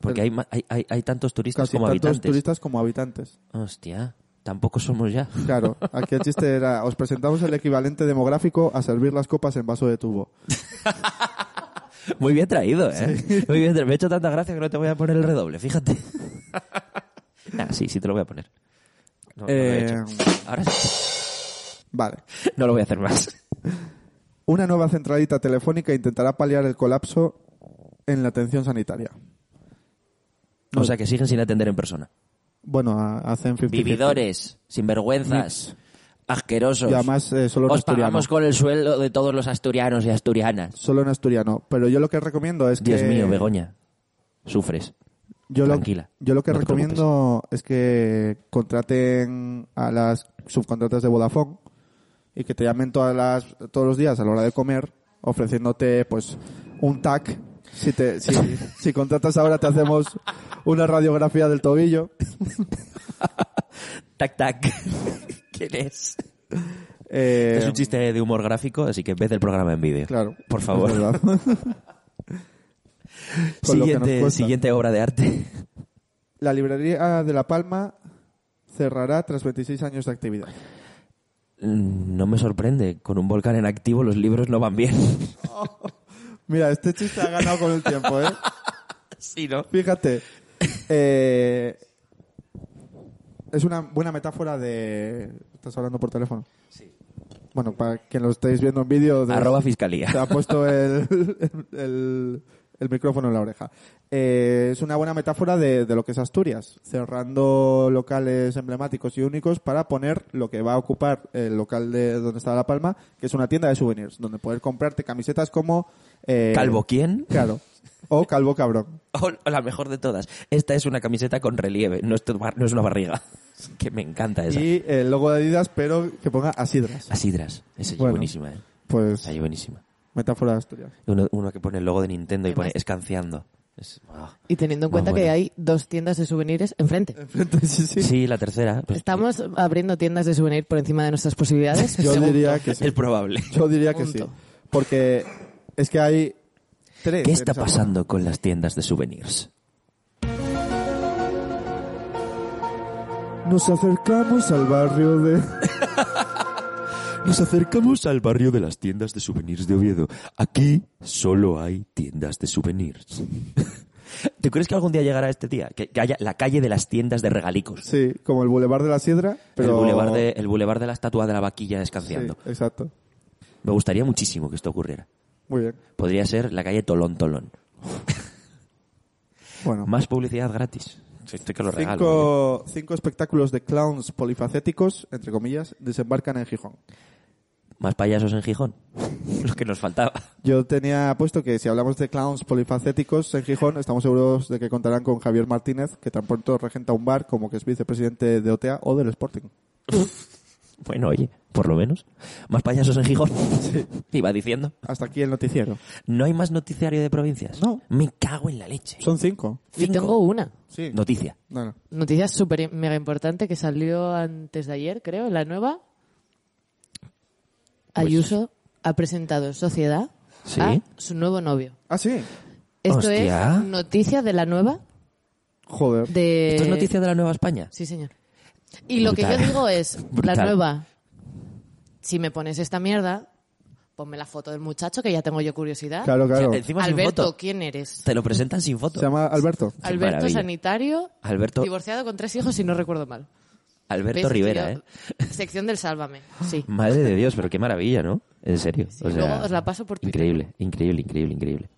[SPEAKER 2] Porque hay, ma- hay, hay, hay tantos turistas
[SPEAKER 3] casi
[SPEAKER 2] como
[SPEAKER 3] tantos
[SPEAKER 2] habitantes.
[SPEAKER 3] turistas como habitantes.
[SPEAKER 2] Hostia, tampoco somos ya.
[SPEAKER 3] Claro, aquí el chiste era, os presentamos el equivalente demográfico a servir las copas en vaso de tubo.
[SPEAKER 2] Muy bien traído, ¿eh? Muy bien tra- Me he hecho tanta gracia que no te voy a poner el redoble, fíjate. ah, sí, sí te lo voy a poner. No, no lo he
[SPEAKER 3] Eh,
[SPEAKER 2] hecho. Ahora sí.
[SPEAKER 3] Vale.
[SPEAKER 2] No lo voy a hacer más.
[SPEAKER 3] Una nueva centralita telefónica intentará paliar el colapso en la atención sanitaria.
[SPEAKER 2] O sea, que siguen sin atender en persona.
[SPEAKER 3] Bueno, a- hacen 50
[SPEAKER 2] Vividores, sinvergüenzas, asquerosos.
[SPEAKER 3] Y además eh, solo en
[SPEAKER 2] Os
[SPEAKER 3] asturiano.
[SPEAKER 2] pagamos con el sueldo de todos los asturianos y asturianas.
[SPEAKER 3] Solo en asturiano. Pero yo lo que recomiendo es
[SPEAKER 2] Dios
[SPEAKER 3] que...
[SPEAKER 2] mío, Begoña. Sufres.
[SPEAKER 3] Yo lo,
[SPEAKER 2] Tranquila,
[SPEAKER 3] yo lo que
[SPEAKER 2] no te
[SPEAKER 3] recomiendo es que contraten a las subcontratas de Vodafone y que te llamen todas las, todos los días a la hora de comer ofreciéndote pues un tac. Si, te, si, si contratas ahora te hacemos una radiografía del tobillo.
[SPEAKER 2] Tac, tac. ¿Quién es?
[SPEAKER 3] Eh,
[SPEAKER 2] Es un chiste de humor gráfico, así que vez el programa en vídeo.
[SPEAKER 3] Claro.
[SPEAKER 2] Por
[SPEAKER 3] es
[SPEAKER 2] favor.
[SPEAKER 3] verdad. Con lo que nos
[SPEAKER 2] Siguiente,
[SPEAKER 3] cuesta.
[SPEAKER 2] siguiente obra de arte.
[SPEAKER 3] La librería de La Palma cerrará tras 26 años de actividad.
[SPEAKER 2] Mm, No me sorprende. Con un volcán en activo los libros no van bien.
[SPEAKER 3] Mira, este chiste ha ganado con el tiempo, ¿eh?
[SPEAKER 2] Sí, ¿no?
[SPEAKER 3] Fíjate. eh, es una buena metáfora de. Estás hablando por teléfono. Sí. Bueno, para que lo estéis viendo en vídeo. de-
[SPEAKER 2] Arroba fiscalía.
[SPEAKER 3] Te ha puesto el, el- el micrófono en la oreja. Eh, es una buena metáfora de, de lo que es Asturias, cerrando locales emblemáticos y únicos para poner lo que va a ocupar el local de donde está La Palma, que es una tienda de souvenirs, donde poder comprarte camisetas como... eh,
[SPEAKER 2] ¿Calvo quién?
[SPEAKER 3] Claro. O Calvo Cabrón.
[SPEAKER 2] O o la mejor de todas. Esta es una camiseta con relieve, no es, tu bar- no es una barriga. Que me encanta esa.
[SPEAKER 3] Y el logo de Adidas, pero que ponga Asidras.
[SPEAKER 2] Las sidras. Esa es
[SPEAKER 3] Bueno.
[SPEAKER 2] buenísima, ¿eh?
[SPEAKER 3] Pues
[SPEAKER 2] Esa es buenísima.
[SPEAKER 3] metáfora de Asturias.
[SPEAKER 2] Uno, uno que pone el logo de Nintendo y
[SPEAKER 4] ¿Qué
[SPEAKER 2] pone
[SPEAKER 4] más?
[SPEAKER 2] escanciando. Es- ah.
[SPEAKER 4] Y teniendo
[SPEAKER 2] Más
[SPEAKER 4] en cuenta que
[SPEAKER 2] buena.
[SPEAKER 4] hay dos tiendas de souvenirs enfrente.
[SPEAKER 3] Enfrente, sí, sí.
[SPEAKER 2] Sí, la tercera. pues,
[SPEAKER 4] Estamos abriendo tiendas de souvenir por encima de nuestras posibilidades.
[SPEAKER 3] Yo
[SPEAKER 4] Segundo.
[SPEAKER 3] diría que sí.
[SPEAKER 2] Es probable.
[SPEAKER 3] Yo diría que sí.
[SPEAKER 4] Punto.
[SPEAKER 3] Porque es que hay tres.
[SPEAKER 2] ¿Qué
[SPEAKER 3] en
[SPEAKER 2] está
[SPEAKER 3] esa-
[SPEAKER 2] pasando con las tiendas de souvenirs?
[SPEAKER 3] Nos acercamos al barrio de.
[SPEAKER 6] Nos acercamos al barrio de las tiendas de souvenirs de Oviedo. Aquí solo hay tiendas de souvenirs.
[SPEAKER 2] ¿Tú crees que algún día llegará este día? Que, que haya la calle de las tiendas de regalicos.
[SPEAKER 3] Sí, como el Boulevard de la Sidra. Pero...
[SPEAKER 2] El, bulevar de, el bulevar de la estatua de la vaquilla escanciando.
[SPEAKER 3] Sí, exacto.
[SPEAKER 2] Me gustaría muchísimo que esto ocurriera.
[SPEAKER 3] Muy bien.
[SPEAKER 2] Podría ser la calle Tolón Tolón.
[SPEAKER 3] Bueno.
[SPEAKER 2] Más publicidad gratis. Estoy que lo regalo. ¿eh? oye.
[SPEAKER 3] Cinco, cinco espectáculos de clowns polifacéticos, entre comillas, desembarcan en Gijón.
[SPEAKER 2] Más payasos en Gijón. Lo que nos faltaba.
[SPEAKER 3] Yo tenía puesto que si hablamos de clowns polifacéticos en Gijón, estamos seguros de que contarán con Javier Martínez, que tan pronto regenta un bar como que es vicepresidente de OTEA o del Sporting.
[SPEAKER 2] Bueno, oye, por lo menos. Más payasos en Gijón. Iba diciendo.
[SPEAKER 3] Hasta aquí el noticiero.
[SPEAKER 2] ¿No hay más noticiario de provincias?
[SPEAKER 3] No.
[SPEAKER 2] Me cago en la leche.
[SPEAKER 3] Son cinco.
[SPEAKER 4] Yo
[SPEAKER 2] Cinco.
[SPEAKER 4] tengo una.
[SPEAKER 3] Sí.
[SPEAKER 2] Noticia.
[SPEAKER 3] No, no.
[SPEAKER 4] Noticia súper im- mega importante que salió antes de ayer, creo, la nueva.
[SPEAKER 2] Pues
[SPEAKER 4] Ayuso ha presentado Sociedad
[SPEAKER 2] Sí.
[SPEAKER 4] a su nuevo novio.
[SPEAKER 3] Ah, sí.
[SPEAKER 4] Esto
[SPEAKER 2] Hostia.
[SPEAKER 4] es noticia de la nueva
[SPEAKER 3] Joder.
[SPEAKER 4] de...
[SPEAKER 2] ¿Esto es noticia de la Nueva España?
[SPEAKER 4] Eh, Sí, señor. Y lo que yo
[SPEAKER 2] Brutal.
[SPEAKER 4] digo es, la
[SPEAKER 2] Brutal.
[SPEAKER 4] nueva, si me pones esta mierda, ponme la foto del muchacho que ya tengo yo curiosidad.
[SPEAKER 3] Claro, claro.
[SPEAKER 2] O sea, encima sin
[SPEAKER 4] Alberto,
[SPEAKER 2] foto.
[SPEAKER 4] ¿quién eres?
[SPEAKER 2] Te lo presentan sin foto.
[SPEAKER 3] Se llama Alberto.
[SPEAKER 2] Qué
[SPEAKER 4] Alberto
[SPEAKER 2] maravilla.
[SPEAKER 4] sanitario,
[SPEAKER 2] Alberto,
[SPEAKER 4] divorciado con tres hijos si no recuerdo mal.
[SPEAKER 2] Alberto
[SPEAKER 4] ¿Ves,
[SPEAKER 2] Rivera,
[SPEAKER 4] tío?
[SPEAKER 2] ¿eh?
[SPEAKER 4] Sección del Sálvame, sí.
[SPEAKER 2] Madre de Dios, pero qué maravilla, ¿no? En serio.
[SPEAKER 4] Sí,
[SPEAKER 2] o sea,
[SPEAKER 4] luego os la paso por Twitter.
[SPEAKER 2] Increíble, increíble, increíble, increíble.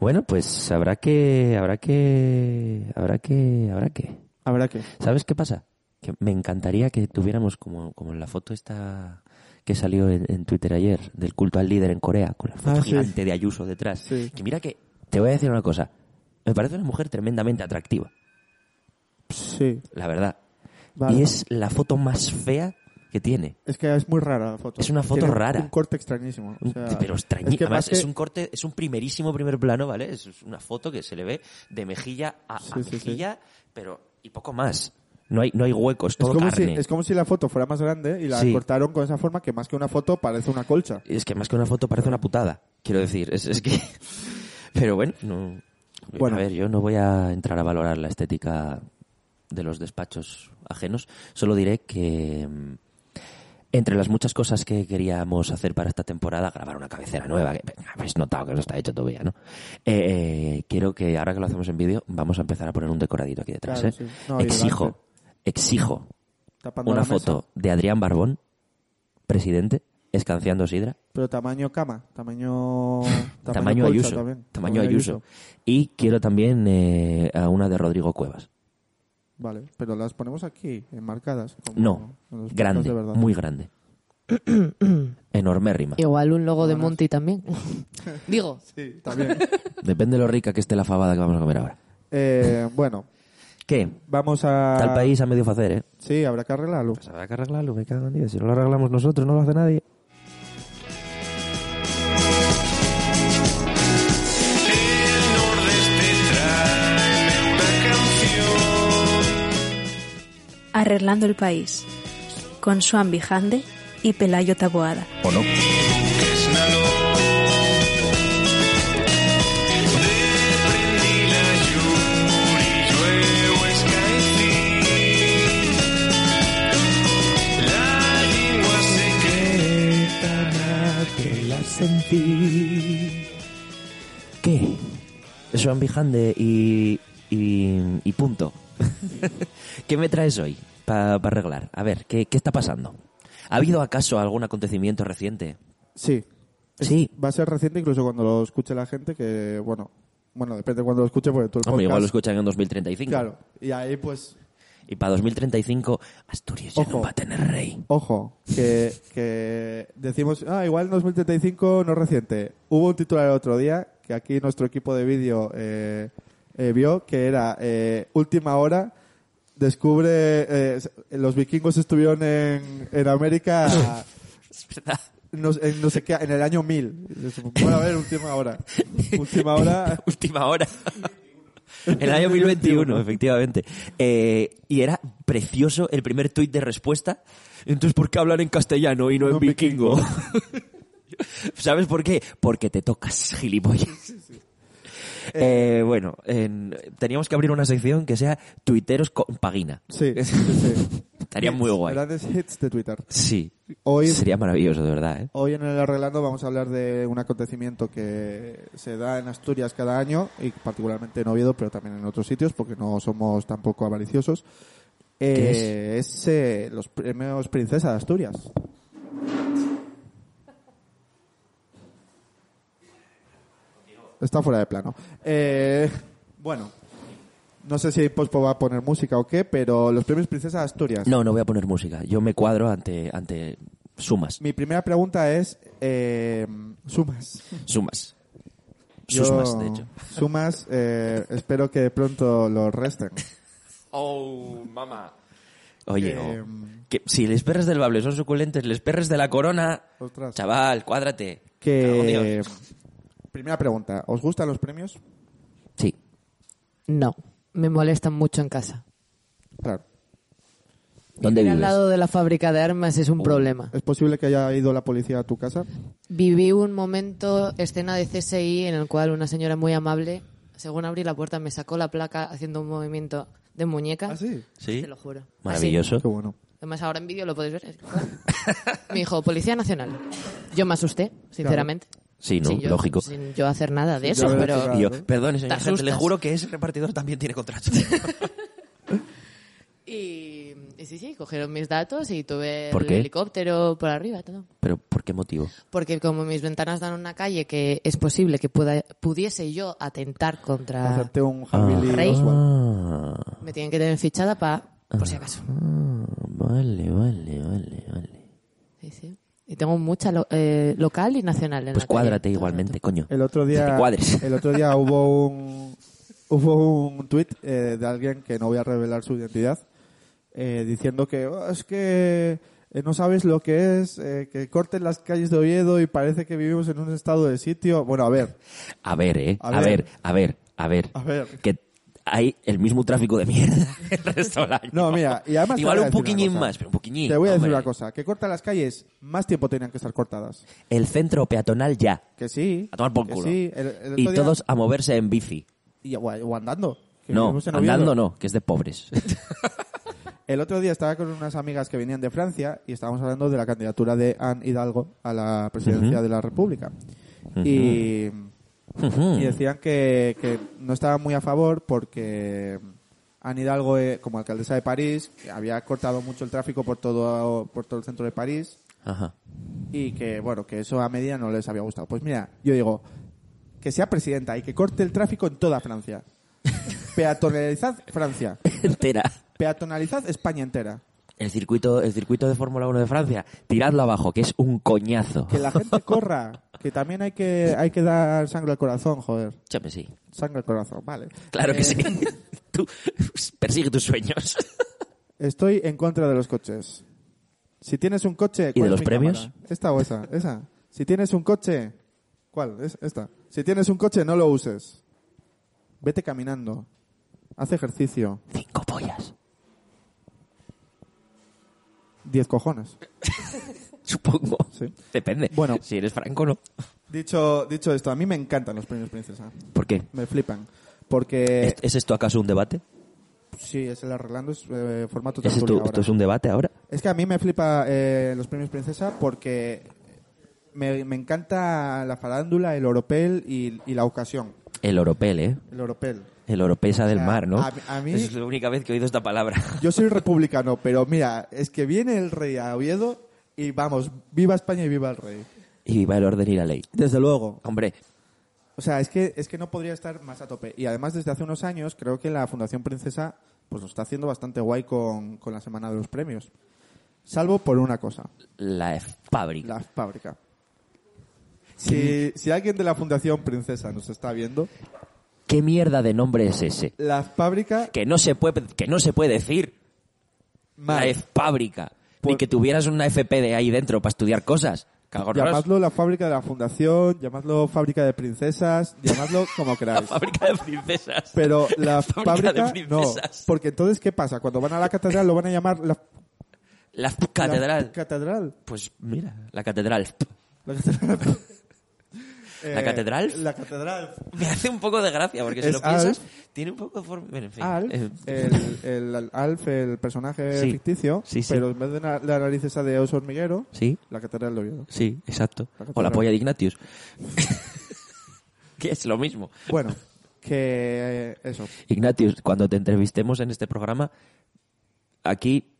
[SPEAKER 2] Bueno, pues habrá que, habrá que, habrá que, habrá que.
[SPEAKER 3] Habrá que.
[SPEAKER 2] ¿Sabes qué pasa? Que me encantaría que tuviéramos como, como en la foto esta que salió en, en Twitter ayer del culto al líder en Corea con la foto
[SPEAKER 3] Ah, sí.
[SPEAKER 2] gigante de Ayuso detrás.
[SPEAKER 3] Sí.
[SPEAKER 2] Que mira que te voy a decir una cosa. Me parece una mujer tremendamente atractiva,
[SPEAKER 3] Sí.
[SPEAKER 2] la verdad.
[SPEAKER 3] Vale.
[SPEAKER 2] Y es la foto más fea que tiene.
[SPEAKER 3] Es que es muy rara la foto.
[SPEAKER 2] Es una foto
[SPEAKER 3] Tiene
[SPEAKER 2] rara.
[SPEAKER 3] Un corte extrañísimo. O sea,
[SPEAKER 2] pero extrañi-
[SPEAKER 3] Es que
[SPEAKER 2] Además,
[SPEAKER 3] más que-
[SPEAKER 2] es un corte, es un primerísimo primer plano, ¿vale? Es es una foto que se le ve de mejilla a, a
[SPEAKER 3] Sí, sí, sí.
[SPEAKER 2] mejilla, pero y poco más. No hay, no hay huecos,
[SPEAKER 3] es
[SPEAKER 2] todo
[SPEAKER 3] como, si,
[SPEAKER 2] carne.
[SPEAKER 3] es como si la foto fuera más grande y la
[SPEAKER 2] Sí.
[SPEAKER 3] cortaron con esa forma que más que una foto parece una colcha.
[SPEAKER 2] Es que más que una foto parece una putada, quiero decir. Es, es que. Pero bueno, no.
[SPEAKER 3] Bueno.
[SPEAKER 2] A ver, yo no voy a entrar a valorar la estética de los despachos ajenos. Solo diré que. mm, Entre las muchas cosas que queríamos hacer para esta temporada, grabar una cabecera nueva, que venga, habéis notado que no está hecho todavía, ¿no? Eh, eh, quiero que ahora que lo hacemos en vídeo, vamos a empezar a poner un decoradito aquí detrás,
[SPEAKER 3] Claro,
[SPEAKER 2] ¿eh?
[SPEAKER 3] sí. No, y
[SPEAKER 2] exijo,
[SPEAKER 3] delante.
[SPEAKER 2] exijo
[SPEAKER 3] Tapando
[SPEAKER 2] una
[SPEAKER 3] la mesa.
[SPEAKER 2] foto de Adrián Barbón, presidente, escanciando sidra.
[SPEAKER 3] Pero tamaño cama, tamaño.
[SPEAKER 2] Tamaño,
[SPEAKER 3] colcha
[SPEAKER 2] Ayuso.
[SPEAKER 3] también.
[SPEAKER 2] Tamaño Ayuso. Y quiero también eh, a una de Rodrigo Cuevas.
[SPEAKER 3] Vale, pero las ponemos aquí, enmarcadas. como
[SPEAKER 2] No,
[SPEAKER 3] en los
[SPEAKER 2] grande,
[SPEAKER 3] podcasts de verdad.
[SPEAKER 2] muy grande. Enormérrima.
[SPEAKER 4] Igual un logo de Monty también. Digo,
[SPEAKER 3] Sí, también.
[SPEAKER 2] Depende de lo rica que esté la fabada que vamos a comer ahora.
[SPEAKER 3] Eh, bueno,
[SPEAKER 2] ¿Qué?
[SPEAKER 3] vamos a.
[SPEAKER 2] Tal país a medio facer, ¿eh?
[SPEAKER 3] Sí, habrá que arreglarlo.
[SPEAKER 2] Ah. Pues habrá que arreglarlo, me cago en Dios. Si no lo arreglamos nosotros, no lo hace nadie.
[SPEAKER 7] El nordeste trae una canción.
[SPEAKER 8] Arreglando el país, con Swan Bijande y Pelayo Taboada.
[SPEAKER 5] ¿O no?
[SPEAKER 7] Que es Naló. Deprendí la llur y lluevo escaecí. La lengua secreta que la sentí.
[SPEAKER 2] ¿Qué? Eso Bijande y, y, y punto. ¿Qué me traes hoy para arreglar? A ver, ¿qué, ¿qué está pasando? ¿Ha habido acaso algún acontecimiento reciente?
[SPEAKER 3] Sí,
[SPEAKER 2] Sí.
[SPEAKER 3] va a ser reciente incluso cuando lo escuche la gente, que bueno, bueno, depende de cuando lo escuche, porque tú el
[SPEAKER 2] Hombre, igual lo
[SPEAKER 3] podcast-
[SPEAKER 2] escuchan en 2035.
[SPEAKER 3] Claro, y ahí pues,
[SPEAKER 2] Y para 2035, Asturias ya no
[SPEAKER 3] Ojo.
[SPEAKER 2] va a tener rey.
[SPEAKER 3] ojo, que, que decimos, ah, igual en 2035 no es reciente. Hubo un titular el otro día que aquí nuestro equipo de vídeo eh, eh, vio, que era eh, Última Hora, descubre, eh, los vikingos estuvieron en, en América... No, en, no sé qué, en el año 1000. Bueno, a ver, última hora. Última hora.
[SPEAKER 2] Última hora. El año 2021, efectivamente. Eh, y era precioso el primer tuit de respuesta. Entonces, ¿por qué hablar en castellano y no, en
[SPEAKER 3] No en
[SPEAKER 2] vikingo? ¿Sabes por qué? Porque te tocas, gilipollas. Eh, bueno, en- teníamos que abrir una sección que sea tuiteros con pagina.
[SPEAKER 3] Sí, sí.
[SPEAKER 2] Estaría muy
[SPEAKER 3] Hits,
[SPEAKER 2] guay.
[SPEAKER 3] Grandes hits de Twitter.
[SPEAKER 2] Sí.
[SPEAKER 3] Hoy,
[SPEAKER 2] Sería maravilloso, de verdad. ¿eh?
[SPEAKER 3] hoy en el Arreglando vamos a hablar de un acontecimiento que se da en Asturias cada año y particularmente en Oviedo, pero también en otros sitios porque no somos tampoco avariciosos. Eh, es, eh, los premios Princesa de Asturias. Está fuera de plano. Eh, bueno, no sé si Pospo va a poner música o qué, pero los premios Princesa de Asturias.
[SPEAKER 2] No, no voy a poner música. Yo me cuadro ante, ante sumas.
[SPEAKER 3] Mi primera pregunta es eh, sumas.
[SPEAKER 2] Sumas.
[SPEAKER 3] Yo-
[SPEAKER 2] Susmas, de hecho.
[SPEAKER 3] Sumas, eh, espero que pronto lo resten.
[SPEAKER 2] Oh, mamá. Oye,
[SPEAKER 3] Eh,
[SPEAKER 2] oh, que si les perres del bable son suculentes, les perres de la corona.
[SPEAKER 3] Ostras.
[SPEAKER 2] Chaval, cuádrate. Cago en
[SPEAKER 3] Que
[SPEAKER 2] Dios.
[SPEAKER 3] primera pregunta, ¿os gustan los premios?
[SPEAKER 2] Sí.
[SPEAKER 4] no. Me molestan mucho en casa.
[SPEAKER 3] Claro.
[SPEAKER 2] ¿Dónde
[SPEAKER 4] Vivir
[SPEAKER 2] vives? Oh.
[SPEAKER 4] al lado de la fábrica de armas es un problema.
[SPEAKER 3] ¿Es posible que haya ido la policía a tu casa?
[SPEAKER 4] Viví un momento, escena de CSI, en el cual una señora muy amable, según abrí la puerta, me sacó la placa haciendo un movimiento de muñeca.
[SPEAKER 3] sí.
[SPEAKER 2] ¿Ah, Sí.
[SPEAKER 4] Te lo juro.
[SPEAKER 2] Ah,
[SPEAKER 4] Así.
[SPEAKER 2] Maravilloso.
[SPEAKER 3] Qué bueno.
[SPEAKER 4] Además, ahora en vídeo lo podéis ver. Me dijo, Policía Nacional. Yo me asusté, sinceramente.
[SPEAKER 2] Sí, no,
[SPEAKER 4] Sin yo-
[SPEAKER 2] lógico.
[SPEAKER 4] Sin yo hacer nada de
[SPEAKER 3] yo
[SPEAKER 4] eso,
[SPEAKER 3] lo he
[SPEAKER 4] pero...
[SPEAKER 3] hecho,
[SPEAKER 2] Y yo,
[SPEAKER 3] Claro.
[SPEAKER 2] perdón, señor
[SPEAKER 4] Te
[SPEAKER 2] gente, le
[SPEAKER 4] asustas.
[SPEAKER 2] juro que ese repartidor también tiene contrato.
[SPEAKER 4] Y, y sí, sí, cogieron mis datos y tuve
[SPEAKER 2] ¿Por
[SPEAKER 4] el
[SPEAKER 2] qué?
[SPEAKER 4] helicóptero por arriba, todo.
[SPEAKER 2] ¿Pero por qué motivo?
[SPEAKER 4] Porque como mis ventanas dan a una calle que es posible que pueda, pudiese yo atentar contra...
[SPEAKER 3] Hacerte un Happy Lee
[SPEAKER 4] Rey.
[SPEAKER 3] Oswald.
[SPEAKER 2] Ah,
[SPEAKER 4] Me tienen que tener fichada para... Por si acaso.
[SPEAKER 2] ah, vale, vale, vale, vale.
[SPEAKER 4] Sí, sí. Y tengo mucha lo- eh, local y nacional. En
[SPEAKER 2] Pues
[SPEAKER 4] la calle,
[SPEAKER 2] cuádrate
[SPEAKER 4] todo el
[SPEAKER 2] igualmente,
[SPEAKER 4] rato.
[SPEAKER 2] coño.
[SPEAKER 3] El otro
[SPEAKER 2] Que
[SPEAKER 3] día,
[SPEAKER 2] te cuadres.
[SPEAKER 3] el otro día hubo un hubo un tweet de alguien que no voy a revelar su identidad eh, diciendo que "Oh, es que eh, no sabes lo que es eh, que corten las calles de Oviedo y parece que vivimos en un estado de sitio. Bueno, a ver,
[SPEAKER 2] A ver, eh.
[SPEAKER 3] A
[SPEAKER 2] A ver,
[SPEAKER 3] ver.
[SPEAKER 2] a ver, a ver.
[SPEAKER 3] A ver.
[SPEAKER 2] Que hay el mismo tráfico de mierda el resto del año.
[SPEAKER 3] No, mira, y además te
[SPEAKER 2] Igual
[SPEAKER 3] voy a
[SPEAKER 2] un
[SPEAKER 3] decir una
[SPEAKER 2] poquillín
[SPEAKER 3] cosa.
[SPEAKER 2] más, pero un poquillín.
[SPEAKER 3] te voy a decir
[SPEAKER 2] hombre.
[SPEAKER 3] una cosa, que cortan las calles, más tiempo tenían que estar cortadas.
[SPEAKER 2] El centro peatonal ya.
[SPEAKER 3] Que sí.
[SPEAKER 2] A tomar por
[SPEAKER 3] que
[SPEAKER 2] culo.
[SPEAKER 3] sí. El- el otro
[SPEAKER 2] y
[SPEAKER 3] día-
[SPEAKER 2] todos a moverse en bici.
[SPEAKER 3] y- o, o andando. que
[SPEAKER 2] No,
[SPEAKER 3] vivimos en Oviedo.
[SPEAKER 2] andando no, que es de pobres.
[SPEAKER 3] El otro día estaba con unas amigas que venían de Francia y estábamos hablando de la candidatura de Anne Hidalgo a la presidencia de la República. Y, y decían que, que no estaban muy a favor porque Anne Hidalgo, eh, como alcaldesa de París, había cortado mucho el tráfico por todo, por todo el centro de París
[SPEAKER 2] Ajá.
[SPEAKER 3] y que, bueno, que eso a media no les había gustado. Pues mira, yo digo, que sea presidenta y que corte el tráfico en toda Francia. Peatonalizad Francia.
[SPEAKER 2] Entera.
[SPEAKER 3] Peatonalizad España entera.
[SPEAKER 2] El circuito, el circuito de Fórmula 1 de Francia, tiradlo abajo, que es un coñazo.
[SPEAKER 3] Que la gente corra, que también hay que, hay que dar sangre al corazón, joder.
[SPEAKER 2] Chame, sí.
[SPEAKER 3] Sangre al corazón, vale.
[SPEAKER 2] Claro
[SPEAKER 3] Eh,
[SPEAKER 2] que sí. Tú persigue tus sueños.
[SPEAKER 3] Estoy en contra de los coches. Si tienes un coche...
[SPEAKER 2] ¿Y
[SPEAKER 3] ¿cuál
[SPEAKER 2] de
[SPEAKER 3] es
[SPEAKER 2] los
[SPEAKER 3] mi
[SPEAKER 2] premios?
[SPEAKER 3] cámara? Esta o esa, esa. Si tienes un coche... ¿Cuál? Es esta. Si tienes un coche, no lo uses. Vete caminando. Haz ejercicio.
[SPEAKER 2] Cinco pollas.
[SPEAKER 3] Diez cojones.
[SPEAKER 2] Supongo.
[SPEAKER 3] Sí.
[SPEAKER 2] Depende.
[SPEAKER 3] Bueno.
[SPEAKER 2] Si eres franco, no.
[SPEAKER 3] Dicho, dicho esto, a mí me encantan los premios princesa.
[SPEAKER 2] ¿Por qué?
[SPEAKER 3] Me flipan. Porque...
[SPEAKER 2] ¿Es, es esto acaso un debate?
[SPEAKER 3] Sí, es el arreglando, es eh, formato
[SPEAKER 2] Este ¿Es
[SPEAKER 3] tertulia
[SPEAKER 2] esto,
[SPEAKER 3] ahora.
[SPEAKER 2] esto es un debate ahora?
[SPEAKER 3] Es que a mí me flipa eh, los premios Princesa porque me, me encanta la farándula, el oropel y, y la ocasión.
[SPEAKER 2] El oropel, ¿eh?
[SPEAKER 3] El oropel.
[SPEAKER 2] El oropesa del
[SPEAKER 3] sea,
[SPEAKER 2] mar, ¿no?
[SPEAKER 3] a- a mí-
[SPEAKER 2] Es la única vez que he oído esta palabra.
[SPEAKER 3] Yo soy republicano, pero mira, es que viene el rey a Oviedo y vamos, viva España y viva el rey.
[SPEAKER 2] Y va el orden y la ley.
[SPEAKER 3] Desde luego.
[SPEAKER 2] Hombre,
[SPEAKER 3] O sea, es que, es que no podría estar más a tope. Y además, desde hace unos años, creo que la Fundación Princesa pues lo está haciendo bastante guay con, con la Semana de los Premios. Salvo por una cosa.
[SPEAKER 2] la e-, fábrica.
[SPEAKER 3] La fábrica. Si, si alguien de la Fundación Princesa nos está viendo,
[SPEAKER 2] ¿Qué mierda de nombre es ese?
[SPEAKER 3] la fábrica
[SPEAKER 2] Que no se puede, que no se puede decir. La
[SPEAKER 3] mal.
[SPEAKER 2] F- fábrica. Ni
[SPEAKER 3] Por-
[SPEAKER 2] que tuvieras una FP de ahí dentro para estudiar cosas. Cagonos.
[SPEAKER 3] Llamadlo la fábrica de la Fundación, llamadlo fábrica de princesas, llamadlo como queráis.
[SPEAKER 2] Fábrica de princesas.
[SPEAKER 3] Pero la
[SPEAKER 2] Fábrica de
[SPEAKER 3] fábrica, no.
[SPEAKER 2] princesas.
[SPEAKER 3] Porque entonces, ¿qué pasa? Cuando van a la catedral lo van a llamar la
[SPEAKER 2] La f-
[SPEAKER 3] la
[SPEAKER 2] catedral.
[SPEAKER 3] catedral.
[SPEAKER 2] Pues mira, la catedral.
[SPEAKER 3] La catedral.
[SPEAKER 2] ¿La
[SPEAKER 3] Eh,
[SPEAKER 2] catedral?
[SPEAKER 3] La catedral.
[SPEAKER 2] Me hace un poco de gracia porque si
[SPEAKER 3] Es
[SPEAKER 2] lo piensas,
[SPEAKER 3] Alf.
[SPEAKER 2] tiene un poco de forma. Bueno, en fin.
[SPEAKER 3] Alf,
[SPEAKER 2] Eh,
[SPEAKER 3] el, el- el Alf, el personaje
[SPEAKER 2] Sí.
[SPEAKER 3] ficticio,
[SPEAKER 2] Sí, sí.
[SPEAKER 3] pero en vez de na- la nariz esa de oso hormiguero,
[SPEAKER 2] Sí,
[SPEAKER 3] la catedral de Oviedo.
[SPEAKER 2] sí, exacto.
[SPEAKER 3] La
[SPEAKER 2] O la
[SPEAKER 3] catedral.
[SPEAKER 2] polla de Ignatius. que es lo mismo.
[SPEAKER 3] Bueno, que eh, eso.
[SPEAKER 2] Ignatius, cuando te entrevistemos en este programa, aquí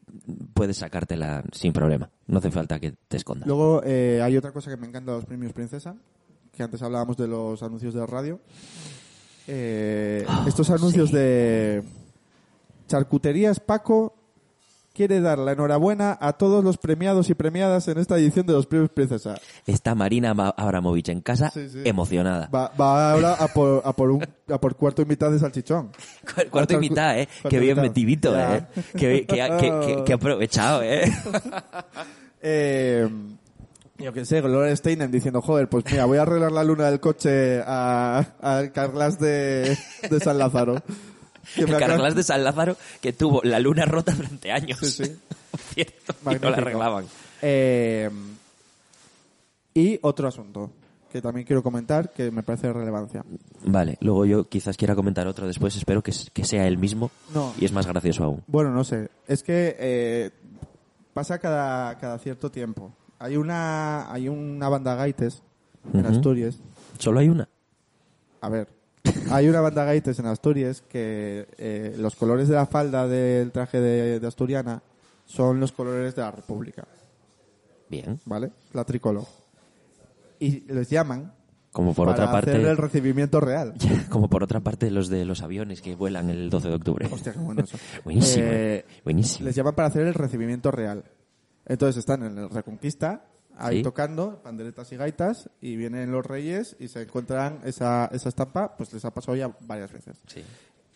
[SPEAKER 2] puedes sacártela sin problema. No hace falta que te escondas.
[SPEAKER 3] Luego eh, hay otra cosa que me encanta de los premios Princesa, que antes hablábamos de los anuncios de la radio. Eh, estos anuncios de Charcuterías Paco quiere dar la enhorabuena a todos los premiados y premiadas en esta edición de los premios Princesa.
[SPEAKER 2] Está Marina Ma- Abramovich en casa
[SPEAKER 3] Sí, sí.
[SPEAKER 2] emocionada.
[SPEAKER 3] Va, va ahora a por, a, por un, a por cuarto y mitad de salchichón.
[SPEAKER 2] Cu- Cuarto y mitad, ¿eh?
[SPEAKER 3] Cuarto
[SPEAKER 2] Qué
[SPEAKER 3] y
[SPEAKER 2] bien
[SPEAKER 3] mitad.
[SPEAKER 2] metidito,
[SPEAKER 3] Ya.
[SPEAKER 2] ¿eh? Qué, bien- qué- qué- qué- qué aprovechado, ¿eh?
[SPEAKER 3] Eh, yo qué sé, Gloria Steinem diciendo, joder, pues mira, voy a arreglar la luna del coche a- al Carlas de, de San Lázaro. Que
[SPEAKER 2] El
[SPEAKER 3] me acaba-
[SPEAKER 2] Carglass de San Lázaro que tuvo la luna rota durante años.
[SPEAKER 3] Sí, sí.
[SPEAKER 2] Cierto, y no la
[SPEAKER 3] Magnífico.
[SPEAKER 2] arreglaban.
[SPEAKER 3] Eh, y otro asunto que también quiero comentar que me parece de relevancia.
[SPEAKER 2] Vale, luego yo quizás quiera comentar otro después, espero que, s- que sea el mismo
[SPEAKER 3] No.
[SPEAKER 2] y es más gracioso aún.
[SPEAKER 3] Bueno, no sé. Es que eh, pasa cada, cada cierto tiempo. Hay una, hay una banda gaites en
[SPEAKER 2] Ujú.
[SPEAKER 3] Asturias.
[SPEAKER 2] Solo hay una.
[SPEAKER 3] A ver. Hay una banda gaites en Asturias que eh, los colores de la falda del traje de, de Asturiana son los colores de la República,
[SPEAKER 2] Bien.
[SPEAKER 3] ¿vale? La tricolor. Y les llaman
[SPEAKER 2] Como por
[SPEAKER 3] para
[SPEAKER 2] otra parte...
[SPEAKER 3] hacer el recibimiento real.
[SPEAKER 2] Ya, como por otra parte los de los aviones que vuelan el 12 de octubre.
[SPEAKER 3] Hostia, qué bueno eso.
[SPEAKER 2] Buenísimo.
[SPEAKER 3] Eh,
[SPEAKER 2] buenísimo.
[SPEAKER 3] Les llaman para hacer el recibimiento real. Entonces están en el Reconquista, ahí
[SPEAKER 2] Sí.
[SPEAKER 3] tocando, panderetas y gaitas, y vienen los reyes y se encuentran esa, esa estampa, pues les ha pasado ya varias veces.
[SPEAKER 2] Sí.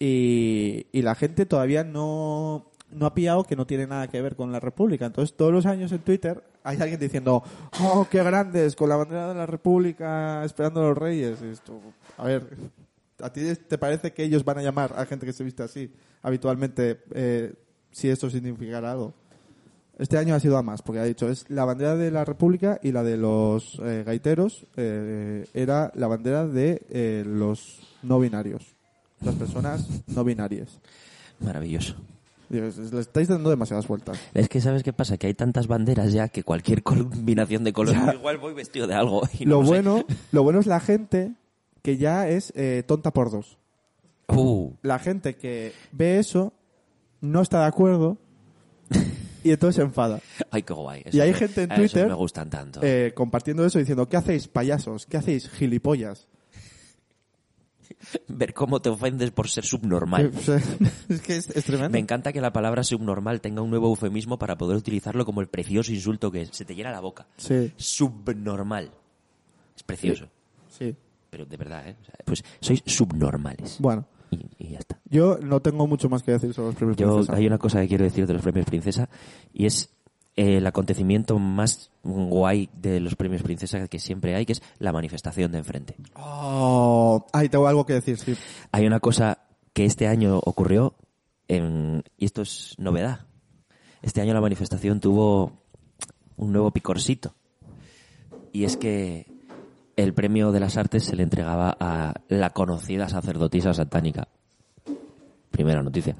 [SPEAKER 3] Y, y la gente todavía no, no ha pillado que no tiene nada que ver con la República. Entonces todos los años en Twitter hay alguien diciendo, oh, qué grandes, con la bandera de la República esperando a los reyes. Y esto, a ver, ¿a ti te parece que ellos van a llamar a gente que se viste así habitualmente eh, si esto significará algo? Este año ha sido a más, porque ha dicho, es la bandera de la República y la de los eh, gaiteros eh, era la bandera de eh, los no binarios, las personas no binarias.
[SPEAKER 2] Maravilloso.
[SPEAKER 3] Digo, es- es- le estáis dando demasiadas vueltas.
[SPEAKER 2] Es que sabes qué pasa, que hay tantas banderas ya que cualquier combinación de colores. Igual voy vestido de algo. y no
[SPEAKER 3] lo,
[SPEAKER 2] sé.
[SPEAKER 3] bueno, lo bueno es la gente que ya es eh, tonta por dos.
[SPEAKER 2] Uh,
[SPEAKER 3] La gente que ve eso, no está de acuerdo, y entonces se enfada.
[SPEAKER 2] Ay, qué guay.
[SPEAKER 3] Y hay
[SPEAKER 2] Esos-
[SPEAKER 3] gente en
[SPEAKER 2] a esos
[SPEAKER 3] Twitter,
[SPEAKER 2] me gustan tanto.
[SPEAKER 3] eh, compartiendo eso diciendo, ¿qué hacéis payasos? ¿Qué hacéis gilipollas?
[SPEAKER 2] Ver cómo te ofendes por ser subnormal.
[SPEAKER 3] es que es, es tremendo.
[SPEAKER 2] Me encanta que la palabra subnormal tenga un nuevo eufemismo para poder utilizarlo como el precioso insulto que es. Se te llena la boca.
[SPEAKER 3] Sí,
[SPEAKER 2] Subnormal. Es precioso.
[SPEAKER 3] sí.
[SPEAKER 2] Pero de verdad, ¿eh? O sea, pues sois subnormales.
[SPEAKER 3] Bueno,
[SPEAKER 2] Y, y ya está.
[SPEAKER 3] yo no tengo mucho más que decir sobre los premios
[SPEAKER 2] Yo,
[SPEAKER 3] princesa.
[SPEAKER 2] hay una cosa que quiero decir de los premios Princesa y es eh, el acontecimiento más guay de los premios Princesa que siempre hay, que es la manifestación de enfrente.
[SPEAKER 3] Oh, ahí tengo algo que decir, sí.
[SPEAKER 2] Hay una cosa que este año ocurrió, en- y esto es novedad. Este año la manifestación tuvo un nuevo picorcito. Y es que el premio de las artes se le entregaba a la conocida sacerdotisa satánica. Primera noticia.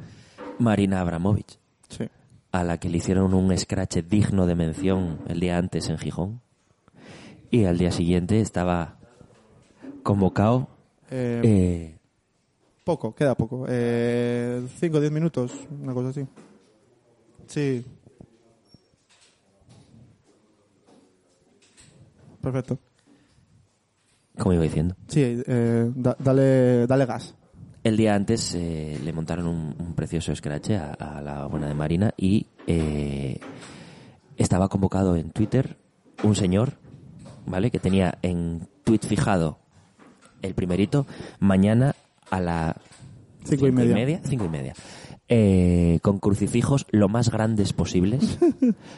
[SPEAKER 2] Marina Abramovich,
[SPEAKER 3] sí.
[SPEAKER 2] a la que le hicieron un escrache digno de mención el día antes en Gijón. Y al día siguiente estaba convocado.
[SPEAKER 3] Eh,
[SPEAKER 2] eh,
[SPEAKER 3] Poco, queda poco. Eh, cinco, diez minutos, una cosa así. Sí. Perfecto.
[SPEAKER 2] como iba diciendo.
[SPEAKER 3] Sí, eh, da- dale, dale gas.
[SPEAKER 2] El día antes eh, le montaron un, un precioso scratch a, a la buena de Marina y eh, estaba convocado en Twitter un señor, ¿vale? Que tenía en tweet fijado el primerito, mañana a las
[SPEAKER 3] Cinco y media.
[SPEAKER 2] cinco y media. Eh, con crucifijos lo más grandes posibles,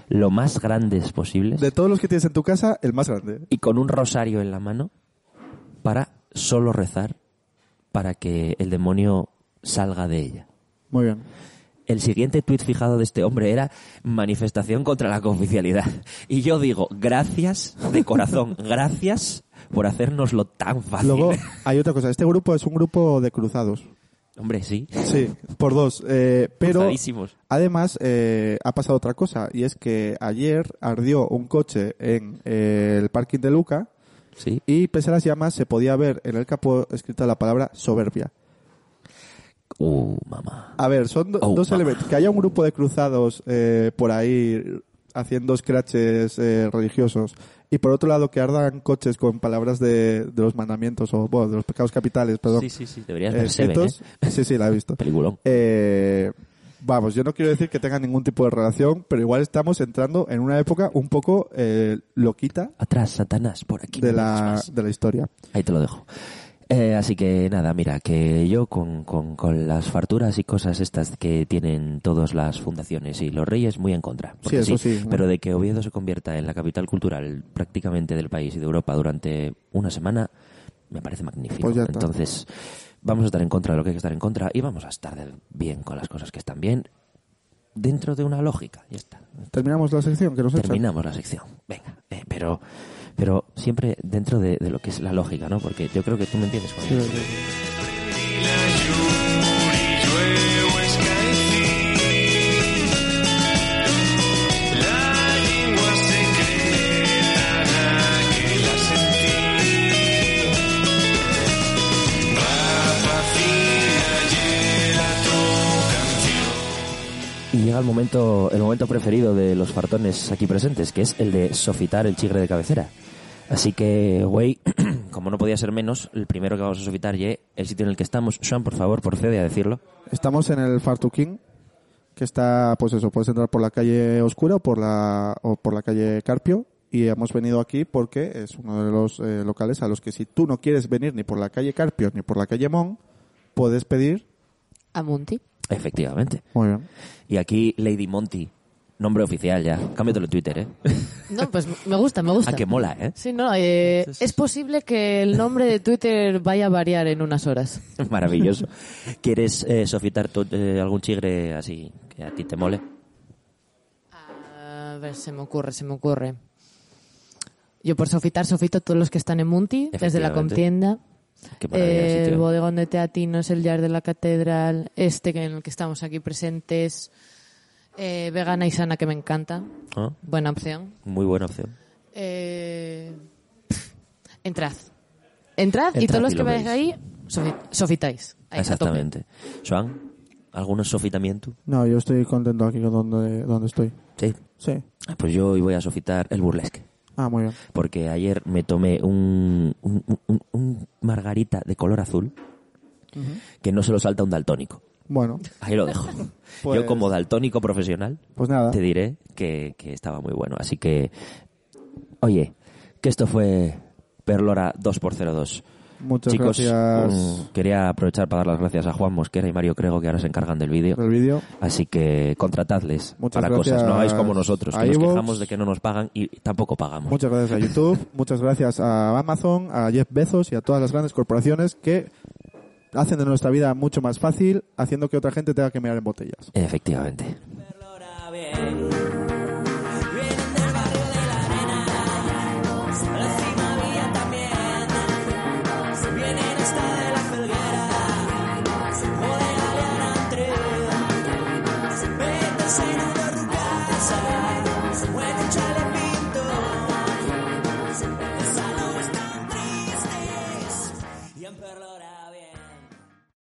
[SPEAKER 2] lo más grandes posibles,
[SPEAKER 3] De todos los que tienes en tu casa, el más grande.
[SPEAKER 2] y con un rosario en la mano para solo rezar para que el demonio salga de ella.
[SPEAKER 3] Muy bien.
[SPEAKER 2] El siguiente tuit fijado de este hombre era manifestación contra la cooficialidad. Y yo digo, gracias de corazón, gracias por hacérnoslo tan fácil.
[SPEAKER 3] Luego, hay otra cosa. Este grupo es un grupo de cruzados.
[SPEAKER 2] Hombre, sí.
[SPEAKER 3] Sí, por dos. Eh, pero
[SPEAKER 2] Cruzadísimos.
[SPEAKER 3] además eh, ha pasado otra cosa y es que ayer ardió un coche en eh, el parking de Luca
[SPEAKER 2] Sí.
[SPEAKER 3] y pese a las llamas se podía ver en el capó escrita la palabra soberbia.
[SPEAKER 2] Uh, mamá.
[SPEAKER 3] A ver, son do-
[SPEAKER 2] Oh,
[SPEAKER 3] dos
[SPEAKER 2] mamá.
[SPEAKER 3] elementos. Que haya un grupo de cruzados eh, por ahí haciendo scratches eh, religiosos y por otro lado que ardan coches con palabras de, de los mandamientos o bueno, de los pecados capitales, perdón.
[SPEAKER 2] Sí, sí, sí. Deberías
[SPEAKER 3] eh,
[SPEAKER 2] ver Seven,
[SPEAKER 3] escritos.
[SPEAKER 2] ¿eh?
[SPEAKER 3] Sí, sí, la he visto.
[SPEAKER 2] Peliculón.
[SPEAKER 3] Eh, vamos, yo no quiero decir que tenga ningún tipo de relación, pero igual estamos entrando en una época un poco eh, loquita
[SPEAKER 2] Atrás, Satanás, por aquí.
[SPEAKER 3] de
[SPEAKER 2] no vengas
[SPEAKER 3] la,
[SPEAKER 2] más.
[SPEAKER 3] de la historia.
[SPEAKER 2] Ahí te lo dejo. Eh, así que nada, mira, que yo con, con, con las farturas y cosas estas que tienen todas las fundaciones y los reyes, muy en contra. Porque
[SPEAKER 3] Sí, eso sí, bueno.
[SPEAKER 2] Pero de que Oviedo se convierta en la capital cultural prácticamente del país y de Europa durante una semana, me parece magnífico.
[SPEAKER 3] Pues ya está.
[SPEAKER 2] Entonces, vamos a estar en contra de lo que hay que estar en contra y vamos a estar de- bien con las cosas que están bien dentro de una lógica. Ya está.
[SPEAKER 3] Terminamos la sección que nos echan.
[SPEAKER 2] Terminamos la sección. Venga, eh, pero, pero siempre dentro de, de lo que es la lógica, ¿no? Porque yo creo que tú me entiendes. Juan.
[SPEAKER 3] Sí, sí, sí.
[SPEAKER 2] Y llega el momento, el momento preferido de los fartones aquí presentes, que es el de sofitar el chigre de cabecera. Así que, güey, como no podía ser menos, el primero que vamos a sofitar es el sitio en el que estamos. Sean, por favor, procede a decirlo.
[SPEAKER 3] Estamos en el Fartuquín, que está, pues eso, puedes entrar por la calle Oscura o por la, o por la calle Carpio. Y hemos venido aquí porque es uno de los eh, locales a los que si tú no quieres venir ni por la calle Carpio ni por la calle Mon, puedes pedir.
[SPEAKER 4] A Monty.
[SPEAKER 2] Efectivamente.
[SPEAKER 3] Muy bien.
[SPEAKER 2] Y aquí Lady Monty, nombre oficial ya. Cámbiatelo en Twitter, ¿eh?
[SPEAKER 4] No, pues me gusta, me gusta.
[SPEAKER 2] Ah, que mola, ¿eh?
[SPEAKER 4] Sí, no, eh, es posible que el nombre de Twitter vaya a variar en unas horas.
[SPEAKER 2] Maravilloso. ¿Quieres eh, sofitar tu- eh, algún chigre así que a ti te mole?
[SPEAKER 4] A ver, se me ocurre, se me ocurre. Yo por sofitar, sofito todos los que están en Monty, desde la
[SPEAKER 2] Efectivamente.
[SPEAKER 4] contienda.
[SPEAKER 2] Qué maravilla de
[SPEAKER 4] Eh, el
[SPEAKER 2] sitio.
[SPEAKER 4] bodegón de teatinos, el yard de la catedral, este que- en el que estamos aquí presentes, eh, vegana y sana que me encanta,
[SPEAKER 2] Ah,
[SPEAKER 4] buena opción.
[SPEAKER 2] Muy buena opción.
[SPEAKER 4] Eh, entrad. entrad, y
[SPEAKER 2] Entrad
[SPEAKER 4] todos los
[SPEAKER 2] y
[SPEAKER 4] que
[SPEAKER 2] lo
[SPEAKER 4] veáis
[SPEAKER 2] veis.
[SPEAKER 4] ahí, sofi- sofitáis. Ahí, a tope.
[SPEAKER 2] Exactamente. Joan, ¿algún sofitamiento?
[SPEAKER 3] No, yo estoy contento aquí con donde, donde estoy.
[SPEAKER 2] Sí.
[SPEAKER 3] Sí.
[SPEAKER 2] Ah, Pues yo hoy voy a sofitar el burlesque.
[SPEAKER 3] Ah, muy bien.
[SPEAKER 2] Porque ayer me tomé un, un, un- un margarita de color azul que no se lo salta un daltónico.
[SPEAKER 3] Bueno,
[SPEAKER 2] Ahí lo dejo.
[SPEAKER 3] Pues-
[SPEAKER 2] Yo como daltónico profesional
[SPEAKER 3] pues nada.
[SPEAKER 2] te diré que, que estaba muy bueno. Así que, oye, que esto fue Perlora 2x02.
[SPEAKER 3] Muchas
[SPEAKER 2] Chicos,
[SPEAKER 3] gracias
[SPEAKER 2] mm, quería aprovechar para dar las gracias a Juan Mosquera y Mario Crego que ahora se encargan del vídeo.
[SPEAKER 3] por el vídeo.
[SPEAKER 2] Así que contratadles
[SPEAKER 3] Muchas
[SPEAKER 2] para cosas. No hagáis como
[SPEAKER 3] gracias
[SPEAKER 2] nosotros,
[SPEAKER 3] a
[SPEAKER 2] que nos
[SPEAKER 3] iVoox.
[SPEAKER 2] quejamos de que no nos pagan y tampoco pagamos.
[SPEAKER 3] Muchas gracias a YouTube, muchas gracias a Amazon, a Jeff Bezos y a todas las grandes corporaciones que hacen de nuestra vida mucho más fácil haciendo que otra gente tenga que mirar en botellas.
[SPEAKER 2] Efectivamente.